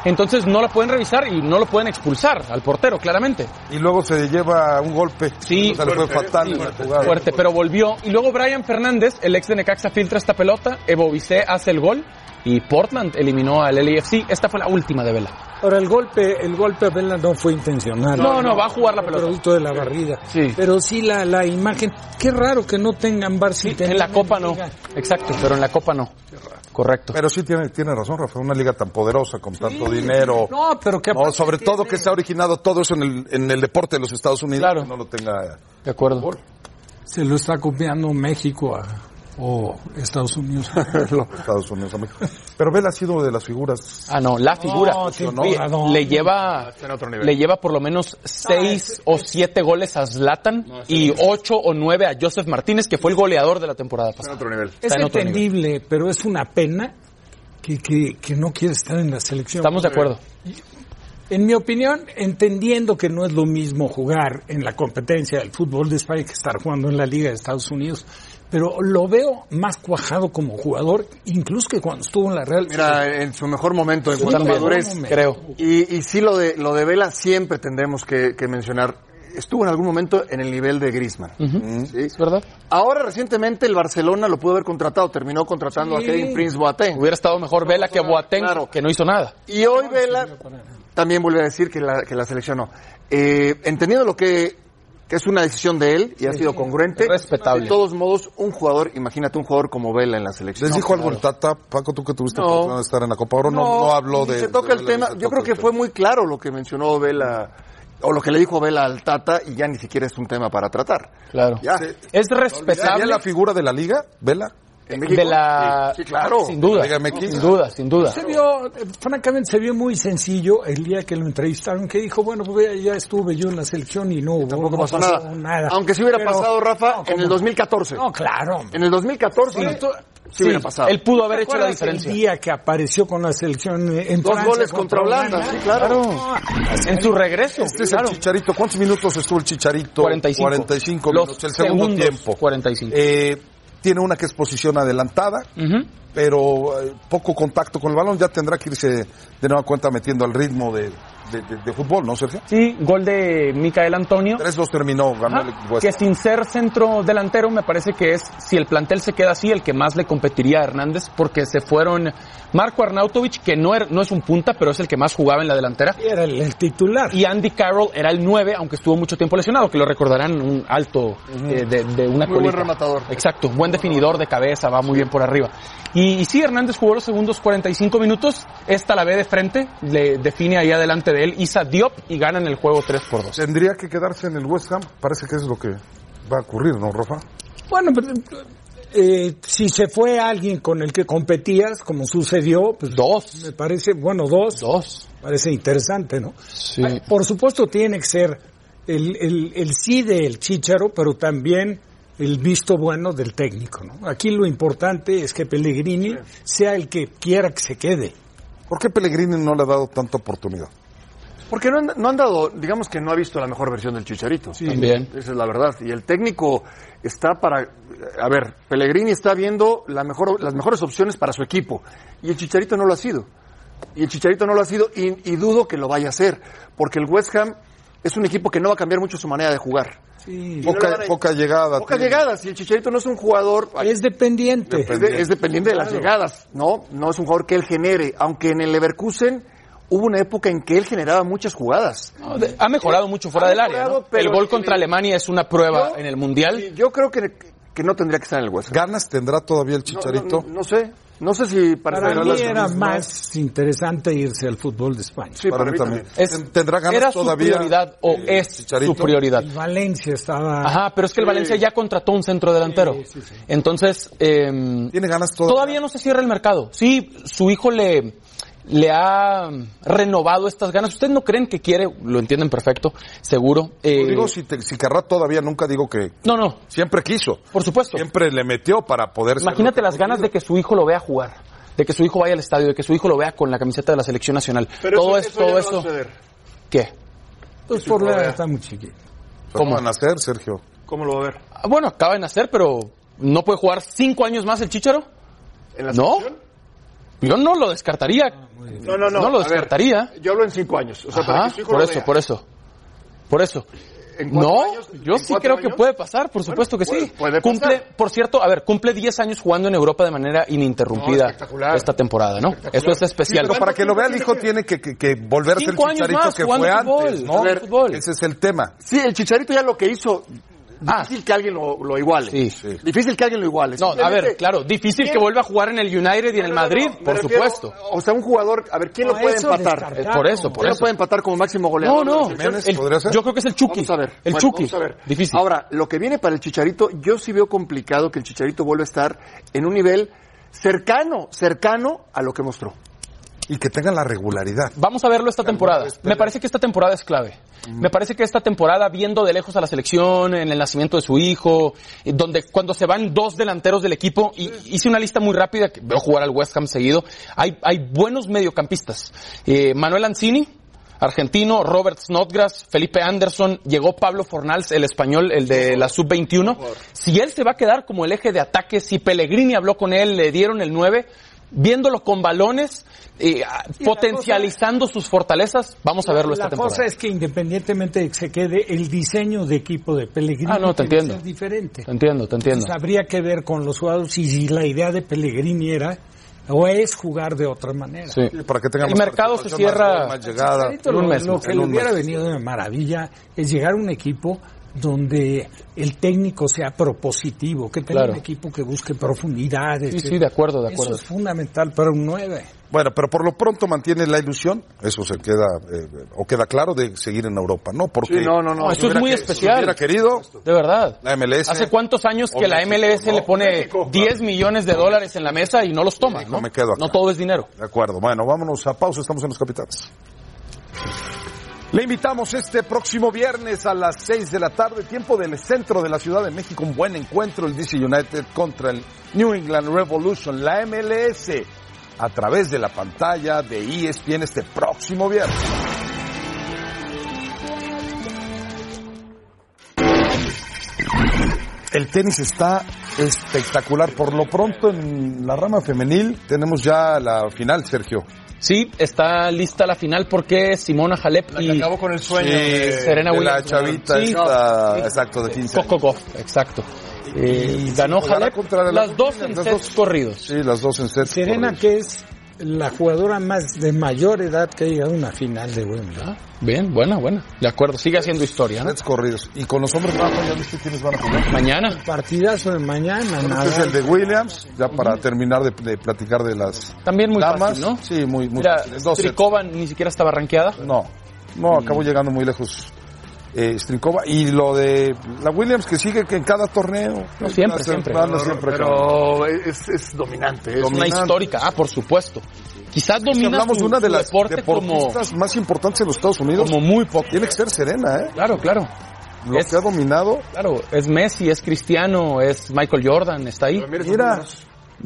Speaker 8: entonces no la pueden revisar y no lo pueden expulsar al portero, claramente.
Speaker 5: Y luego se lleva un golpe.
Speaker 8: Sí,
Speaker 5: O sea, le fue
Speaker 8: Fuerte,
Speaker 5: fatal
Speaker 8: sí,
Speaker 5: en la
Speaker 8: fuerte,
Speaker 5: jugada.
Speaker 8: fuerte, pero volvió. Y luego Brian Fernández, el ex de Necaxa, filtra esta pelota. Ebovicé hace el gol. Y Portland eliminó al LAFC. Esta fue la última de Vela.
Speaker 6: Ahora, el golpe, el golpe a Vela no fue intencional.
Speaker 8: No, no, va a jugar la pelota.
Speaker 6: Producto de la barrida. Pero sí la, la imagen. Qué raro que no tengan bar si
Speaker 8: En la Copa no. Exacto, pero en la Copa no. Correcto.
Speaker 5: Pero sí tiene, tiene razón, Rafa, una liga tan poderosa, con tanto dinero.
Speaker 6: No, pero que
Speaker 5: No, sobre todo que se ha originado todo eso en el, en el deporte de los Estados Unidos, que no lo
Speaker 7: (laughs)
Speaker 5: tenga.
Speaker 8: De acuerdo.
Speaker 6: Se lo está copiando México a, o Estados Unidos.
Speaker 5: Estados Unidos, amigo. Pero Vela ha sido de las figuras.
Speaker 8: Ah, no, la figura.
Speaker 5: No, sí,
Speaker 8: Oye,
Speaker 5: no.
Speaker 8: le lleva le lleva por lo
Speaker 5: Ah,
Speaker 8: menos seis o siete goles a Zlatan y ocho o nueve a Joseph Martínez, que fue el goleador de la temporada pasada. Está en otro nivel.
Speaker 6: (laughs) Es entendible, pero es una pena que, que, que no quiere estar en la selección.
Speaker 8: Estamos de acuerdo.
Speaker 6: En mi opinión, entendiendo que no es lo mismo jugar en la competencia del fútbol de España que estar jugando en la Liga de Estados Unidos, pero lo veo más cuajado como jugador, incluso que cuando estuvo en la Real.
Speaker 7: Mira, en su mejor momento, en
Speaker 6: Sí,
Speaker 7: cuanto a
Speaker 6: también.
Speaker 7: madurez,
Speaker 6: Creo.
Speaker 7: Y, y sí, lo de, lo de Vela siempre tendremos que, que mencionar. Estuvo en algún momento en el nivel de Griezmann. ¿Es
Speaker 8: verdad?
Speaker 7: Ahora, recientemente, el Barcelona lo pudo haber contratado. Terminó contratando
Speaker 8: Sí.
Speaker 7: a Kevin Prince Boateng.
Speaker 8: Hubiera estado mejor Vela que Boateng, que no hizo nada.
Speaker 7: Y hoy Vela también vuelve a decir que la, que la selección no. Eh, entendiendo lo que, que es una decisión de él y ha sido congruente, respetable. de todos modos, un jugador, imagínate un jugador como Vela en la selección.
Speaker 5: ¿Les dijo algo el Tata, Paco, tú que tuviste la
Speaker 7: No.
Speaker 5: oportunidad de estar en la Copa Oro? No, no, habló
Speaker 7: ni
Speaker 5: de.
Speaker 7: Se toca
Speaker 5: de
Speaker 7: el
Speaker 5: Vela,
Speaker 7: tema.
Speaker 5: ni se
Speaker 7: Yo
Speaker 5: toca
Speaker 7: creo
Speaker 5: el
Speaker 7: que fue muy claro lo que mencionó Vela, o lo que le dijo Vela al Tata, y ya ni siquiera es un tema para tratar.
Speaker 8: Claro.
Speaker 7: Ya.
Speaker 8: Es
Speaker 5: ¿Sería
Speaker 8: respetable.
Speaker 5: la figura de la liga, Vela?
Speaker 7: ¿En
Speaker 8: México? De la-
Speaker 5: Sí, sí, claro.
Speaker 8: Sin duda.
Speaker 5: Liga MX.
Speaker 8: Sin duda, sin duda.
Speaker 6: Se vio, eh, francamente, se vio muy sencillo el día que lo entrevistaron, que dijo, bueno, pues ya, ya estuve yo en la selección y no, hubo- no
Speaker 7: pasó nada. Aunque si hubiera
Speaker 6: Pero-
Speaker 7: pasado, Rafa, en el 2014.
Speaker 6: No, claro. hombre.
Speaker 7: En el 2014
Speaker 6: Bueno, tú-
Speaker 7: sí hubiera pasado.
Speaker 6: ¿Te acuerdas El día que apareció con la selección eh, en
Speaker 7: Dos
Speaker 6: Francia
Speaker 7: goles contra Holanda, sí, claro.
Speaker 8: En su regreso.
Speaker 5: Este es el Chicharito. ¿Cuántos minutos estuvo el Chicharito?
Speaker 8: 45.
Speaker 5: 45
Speaker 8: Los
Speaker 5: minutos. El segundo
Speaker 8: segundos,
Speaker 5: tiempo.
Speaker 8: 45.
Speaker 5: Eh, tiene una que es posición adelantada, pero eh, poco contacto con el balón. Ya tendrá que irse de nueva cuenta metiendo al ritmo de, de- de- de fútbol, ¿no, Sergio?
Speaker 8: Sí, gol de Micael Antonio.
Speaker 5: 3-2 terminó, ganó el equipo.
Speaker 8: que sin ser centro delantero me parece que es, si el plantel se queda así, el que más le competiría a Hernández, porque se fueron Marco Arnautovic, que no, er- no es un punta, pero es el que más jugaba en la delantera.
Speaker 6: Y era el, titular.
Speaker 8: Y Andy Carroll era el 9, aunque estuvo mucho tiempo lesionado, que lo recordarán un alto eh, de, de una
Speaker 7: Muy buen
Speaker 8: colita.
Speaker 7: rematador.
Speaker 8: Exacto, buen definidor de cabeza, va muy bien por arriba. Y, y sí, Hernández jugó los segundos 45 minutos, esta la ve de frente, le define ahí adelante de él Isa Diop y ganan el juego 3 por 2.
Speaker 5: Tendría que quedarse en el West Ham, parece que es lo que va a ocurrir, ¿no, Rafa?
Speaker 6: Bueno, pero, eh, si se fue alguien con el que competías, como sucedió, pues dos. Me parece, bueno, dos. Dos. Parece interesante, ¿no? Ay, Por supuesto tiene que ser el, el, el sí del chícharo, pero también el visto bueno del técnico, ¿no? Aquí lo importante es que Pellegrini sea el que quiera que se quede.
Speaker 5: ¿Por qué Pellegrini no le ha dado tanta oportunidad?
Speaker 7: Porque no han, no han dado, digamos que no ha visto la mejor versión del Chicharito.
Speaker 8: También.
Speaker 7: Esa es la verdad. Y el técnico está para. A ver, Pellegrini está viendo la mejor, las mejores opciones para su equipo. Y el Chicharito no lo ha sido. Y el Chicharito no lo ha sido y, y dudo que lo vaya a hacer. Porque el West Ham es un equipo que no va a cambiar mucho su manera de jugar.
Speaker 6: Sí.
Speaker 5: Poca, poca llegada.
Speaker 7: Pocas llegadas. Y el Chicharito no es un jugador.
Speaker 6: Es dependiente.
Speaker 7: Es, de- es dependiente de las
Speaker 6: Claro.
Speaker 7: llegadas, ¿no? No es un jugador que él genere. Aunque en el Leverkusen hubo una época en que él generaba muchas jugadas.
Speaker 8: No, de- ha mejorado mucho
Speaker 7: Eh,
Speaker 8: fuera
Speaker 7: Ha
Speaker 8: del área.
Speaker 7: mejorado,
Speaker 8: ¿no?
Speaker 7: pero
Speaker 8: El gol
Speaker 7: sí,
Speaker 8: contra Alemania es una prueba en el Mundial.
Speaker 7: Yo creo que, que no tendría que estar en el hueso.
Speaker 5: ¿Ganas tendrá todavía el
Speaker 7: Chicharito? No, no- no sé. No sé si para,
Speaker 6: Para
Speaker 7: ganar
Speaker 6: mí
Speaker 7: las-
Speaker 6: era
Speaker 7: no.
Speaker 6: más interesante irse al fútbol de España.
Speaker 7: Sí, para Para mí mí también. también.
Speaker 8: Es-
Speaker 5: ¿Tendrá ganas
Speaker 8: ¿Era su
Speaker 5: todavía
Speaker 8: prioridad o es su prioridad?
Speaker 6: El Valencia estaba.
Speaker 8: Ajá, pero es que el Valencia ya contrató un centro delantero. Entonces. em,
Speaker 5: Tiene ganas
Speaker 8: todavía. no se cierra el mercado. Sí, su hijo le, le ha renovado estas ganas. ¿Ustedes no creen que quiere? Lo entienden perfecto, seguro. Eh,
Speaker 5: Digo, si, te- si querrá todavía, nunca digo que.
Speaker 8: No, no.
Speaker 5: Siempre quiso.
Speaker 8: Por supuesto.
Speaker 5: Siempre le metió para poder. ser-
Speaker 8: Imagínate las ganas de que su hijo lo vea jugar, de que su hijo vaya al estadio, de que su hijo lo vea con la camiseta de la selección nacional. todo eso, todo eso. ¿Qué?
Speaker 6: Pues por la edad está muy chiquito.
Speaker 5: ¿Cómo van a hacer, Sergio?
Speaker 7: ¿Cómo lo va a ver?
Speaker 8: Ah, Bueno, acaba de nacer, pero ¿no puede jugar cinco años más el Chicharo? ¿No? Yo no lo descartaría.
Speaker 7: No, no, no.
Speaker 8: No lo
Speaker 7: A ver,
Speaker 8: descartaría.
Speaker 7: yo hablo en cinco años. O sea, para
Speaker 8: Ajá,
Speaker 7: que su hijo
Speaker 8: por
Speaker 7: lo
Speaker 8: eso,
Speaker 7: vea.
Speaker 8: por eso. Por eso.
Speaker 7: ¿En cuatro
Speaker 8: No,
Speaker 7: años?
Speaker 8: yo
Speaker 7: ¿En
Speaker 8: sí
Speaker 7: cuatro
Speaker 8: creo que
Speaker 7: años?
Speaker 8: puede pasar, por supuesto que sí.
Speaker 7: puede pasar.
Speaker 8: cumple, por cierto, a ver, cumple 10 años jugando en Europa de manera
Speaker 7: No,
Speaker 8: ininterrumpida
Speaker 7: espectacular.
Speaker 8: esta temporada, ¿no? Eso es especial.
Speaker 5: Sí, pero para que lo vea el hijo tiene que, que- que volverse el
Speaker 8: Cinco años
Speaker 5: chicharito
Speaker 8: más
Speaker 5: que
Speaker 8: jugando
Speaker 5: fue
Speaker 8: fútbol,
Speaker 5: antes, ¿no?
Speaker 8: a ver, fútbol.
Speaker 5: Ese es el tema.
Speaker 7: Sí, el Chicharito ya lo que hizo. Difícil que alguien lo, lo iguale.
Speaker 8: Ah, Sí.
Speaker 7: Difícil que alguien lo iguale.
Speaker 8: No, a ver,
Speaker 7: Simplemente-
Speaker 8: claro, difícil que vuelva a jugar en el United y en el
Speaker 7: No, no, no,
Speaker 8: Madrid,
Speaker 7: me
Speaker 8: por
Speaker 7: refiero,
Speaker 8: supuesto.
Speaker 7: O sea, un jugador, a ver, ¿quién lo
Speaker 8: No,
Speaker 7: puede
Speaker 8: eso
Speaker 7: empatar?
Speaker 8: descartado. Eh, por eso, por
Speaker 7: ¿Quién lo
Speaker 8: eso.
Speaker 7: puede empatar como máximo
Speaker 8: No,
Speaker 7: goleador?
Speaker 8: no.
Speaker 7: de la selección?
Speaker 8: el- yo creo que es el Chucky.
Speaker 7: Vamos a ver.
Speaker 8: El
Speaker 7: Bueno,
Speaker 8: Chucky.
Speaker 7: vamos a ver.
Speaker 8: Difícil.
Speaker 7: Ahora, lo que viene para el Chicharito, yo sí veo complicado que el Chicharito vuelva a estar en un nivel cercano, cercano a lo que mostró.
Speaker 5: Y que tenga la regularidad.
Speaker 8: Vamos a verlo esta temporada.
Speaker 7: este-
Speaker 8: Me parece que esta temporada es clave.
Speaker 7: Mm.
Speaker 8: Me parece que esta temporada, viendo de lejos a la selección, en el nacimiento de su hijo, eh, donde cuando se van dos delanteros del equipo, y, hice una lista muy rápida, que veo jugar al West Ham seguido, hay, hay buenos mediocampistas. Eh, Manuel Ancini, argentino, Robert Snodgrass, Felipe Anderson, llegó Pablo Fornals, el español, el de la sub-21. Si él se va a quedar como el eje de ataque, si Pellegrini habló con él, le dieron el 9, viéndolo con balones, eh, a- potencializando sus fortalezas, vamos a verlo
Speaker 6: la
Speaker 8: esta
Speaker 6: cosa
Speaker 8: temporada.
Speaker 6: es que independientemente de que se quede, el diseño de equipo de Pellegrini
Speaker 8: Ah, no, te
Speaker 6: tiene que
Speaker 8: entiendo.
Speaker 6: ser diferente.
Speaker 8: Te entiendo, te entiendo.
Speaker 6: Entonces, habría que ver con los jugadores y si la idea de Pellegrini era o es jugar de otra manera.
Speaker 8: Sí.
Speaker 5: Y Para que tenga
Speaker 8: El
Speaker 5: más
Speaker 8: mercado se
Speaker 5: participación, más
Speaker 8: cierra-
Speaker 5: gol, más llegada.
Speaker 6: Chicharito,
Speaker 8: en
Speaker 6: lo,
Speaker 8: un mes,
Speaker 6: lo que
Speaker 8: en
Speaker 6: le
Speaker 8: un
Speaker 6: hubiera
Speaker 8: mes.
Speaker 6: venido de maravilla es llegar a un equipo donde el técnico sea propositivo, que tenga
Speaker 8: Claro.
Speaker 6: un equipo que busque profundidades.
Speaker 8: Sí, sí, de acuerdo, de
Speaker 6: Eso
Speaker 8: acuerdo.
Speaker 6: es fundamental para un 9.
Speaker 5: Bueno, pero por lo pronto mantiene la ilusión, eso se queda, eh, o queda claro, de seguir en Europa, ¿no? Porque
Speaker 7: Sí, no, no, no.
Speaker 8: No, esto es
Speaker 5: hubiera
Speaker 8: muy
Speaker 5: que-
Speaker 8: especial.
Speaker 5: si hubiera querido,
Speaker 8: De verdad.
Speaker 5: la MLS.
Speaker 8: ¿Hace cuántos años que la MLS le pone 10 millones de dólares en la mesa y no los toma?
Speaker 5: No
Speaker 8: No,
Speaker 5: me quedo acá.
Speaker 8: no todo es dinero.
Speaker 5: De acuerdo. Bueno, vámonos a pausa. Estamos en los capitanes. Le invitamos este próximo viernes a las 6 de la tarde, tiempo del centro de la Ciudad de México. Un buen encuentro, el DC United contra el New England Revolution, la MLS, a través de la pantalla de ESPN este próximo viernes. El tenis está espectacular. Por lo pronto en la rama femenil tenemos ya la final, Sergio.
Speaker 8: Sí, está lista la final porque Simona Halep y
Speaker 7: Acabó con el sueño.
Speaker 5: Eh,
Speaker 8: Serena
Speaker 5: de la
Speaker 8: Williams.
Speaker 5: chavita
Speaker 8: Sí,
Speaker 5: esta,
Speaker 8: sí.
Speaker 5: exacto, de 15 años.
Speaker 8: Coco Goff, exacto. Eh, ganó
Speaker 5: jugará
Speaker 8: Halep
Speaker 5: contra la
Speaker 8: las dos
Speaker 5: Williams,
Speaker 8: en
Speaker 5: las
Speaker 8: sets
Speaker 5: dos.
Speaker 8: corridos.
Speaker 5: Sí, las dos en set.
Speaker 6: Serena,
Speaker 5: correcto.
Speaker 6: que es la jugadora más de mayor edad que ha llegado a una final de Wimbledon.
Speaker 8: Ah, Bien, buena, buena. De acuerdo, sigue haciendo historia. ¿no?
Speaker 5: Sets corridos. Y con los hombres bajos, ya viste quiénes van a jugar.
Speaker 8: Mañana.
Speaker 6: Partidazo de mañana,
Speaker 5: Este es
Speaker 6: nada.
Speaker 5: el de Williams, ya para terminar de, de platicar de las
Speaker 8: También muy
Speaker 5: damas.
Speaker 8: fácil, ¿no?
Speaker 5: Sí, muy, muy
Speaker 8: Mira,
Speaker 5: fáciles. Dos sets.
Speaker 8: Trikova ni siquiera estaba rankeada.
Speaker 5: No, no, acabó llegando muy lejos. eh, Strinkova. Y lo de la Williams que sigue que en cada torneo.
Speaker 8: siempre,
Speaker 5: Anda
Speaker 8: siempre.
Speaker 5: anda siempre,
Speaker 7: Pero es, es dominante.
Speaker 8: Es una
Speaker 5: Dominante.
Speaker 8: histórica, ah, por supuesto. Quizás domina
Speaker 5: hablamos
Speaker 8: tu-
Speaker 5: una de
Speaker 8: tu
Speaker 5: las
Speaker 8: deporte como
Speaker 5: deportistas más importantes en los Estados Unidos.
Speaker 8: Como muy poco.
Speaker 5: Tiene que ser serena, ¿eh?
Speaker 8: Claro, claro.
Speaker 5: Lo que ha dominado.
Speaker 8: Claro, es Messi, es Cristiano, es Michael Jordan, está ahí.
Speaker 5: Mira,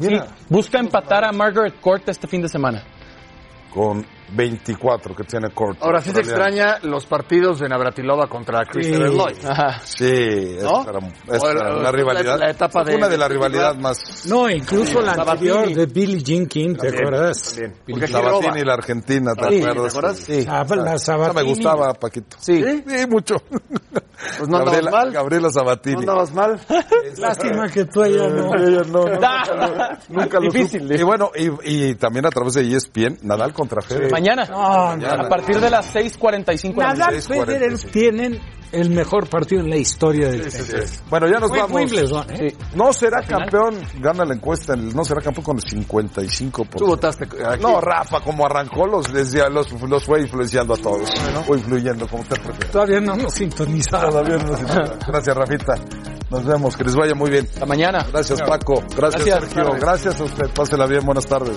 Speaker 5: mira.
Speaker 8: busca empatar a Margaret Court este fin de semana.
Speaker 5: Con 24 que tiene Corte.
Speaker 7: Ahora sí se extraña los partidos de Navratilova contra Christopher Lloyd.
Speaker 8: Ah, (laughs)
Speaker 5: Sí, esa
Speaker 7: ¿No?
Speaker 5: era- esa
Speaker 7: O el-
Speaker 5: era
Speaker 7: o
Speaker 5: una
Speaker 7: la-
Speaker 5: rivalidad.
Speaker 7: la etapa de-
Speaker 5: una de las
Speaker 7: de-
Speaker 5: rivalidades más.
Speaker 6: No, incluso
Speaker 5: Sí,
Speaker 6: la
Speaker 5: Sabatini.
Speaker 6: anterior de Billie Jean King, ¿te
Speaker 5: También,
Speaker 6: acuerdas?
Speaker 5: también.
Speaker 6: Billie
Speaker 5: Porque
Speaker 6: Jean.
Speaker 5: Sabatini y la Argentina, ¿te
Speaker 6: Sí,
Speaker 5: acuerdas?
Speaker 6: ¿te acuerdas?
Speaker 5: Sí.
Speaker 6: Ah, la
Speaker 5: Esa- esa me
Speaker 6: Sabatini.
Speaker 5: gustaba, Paquito.
Speaker 7: Sí.
Speaker 5: Sí, mucho. Pues
Speaker 7: no andabas
Speaker 5: Gabriela,
Speaker 7: mal.
Speaker 5: Gabriela Sabatini.
Speaker 7: No andabas mal.
Speaker 6: Lástima que tú allá no.
Speaker 5: Ella no, no,
Speaker 8: Da.
Speaker 5: nunca lo
Speaker 8: Difícil.
Speaker 5: supo. Y bueno, y, y también a través de E ESPN, Nadal contra Federer.
Speaker 8: Mañana,
Speaker 5: Mañana.
Speaker 8: a partir de las 6.45 de la mañana.
Speaker 6: Nadal Federer tienen el mejor partido en la historia del
Speaker 5: Sí,
Speaker 6: tenis.
Speaker 5: sí, sí. Bueno, ya nos
Speaker 6: Fue
Speaker 5: vamos.
Speaker 6: Wimbledon, ¿eh?
Speaker 5: No será campeón, gana la encuesta, el- no será campeón con el 55%.
Speaker 7: Tú votaste eh, aquí.
Speaker 5: No, Rafa, como arrancó, los, les- los, los fue influenciando a todos. O influyendo, como usted prefiera.
Speaker 6: Todavía no nos sintonizaron.
Speaker 5: Todavía no nos interesa. Gracias, Rafita. Nos vemos, que les vaya muy bien.
Speaker 8: Hasta mañana.
Speaker 5: Gracias, Paco. Gracias,
Speaker 8: Gracias,
Speaker 5: Sergio.
Speaker 8: tardes.
Speaker 5: Gracias a usted. Pásela bien. Buenas tardes.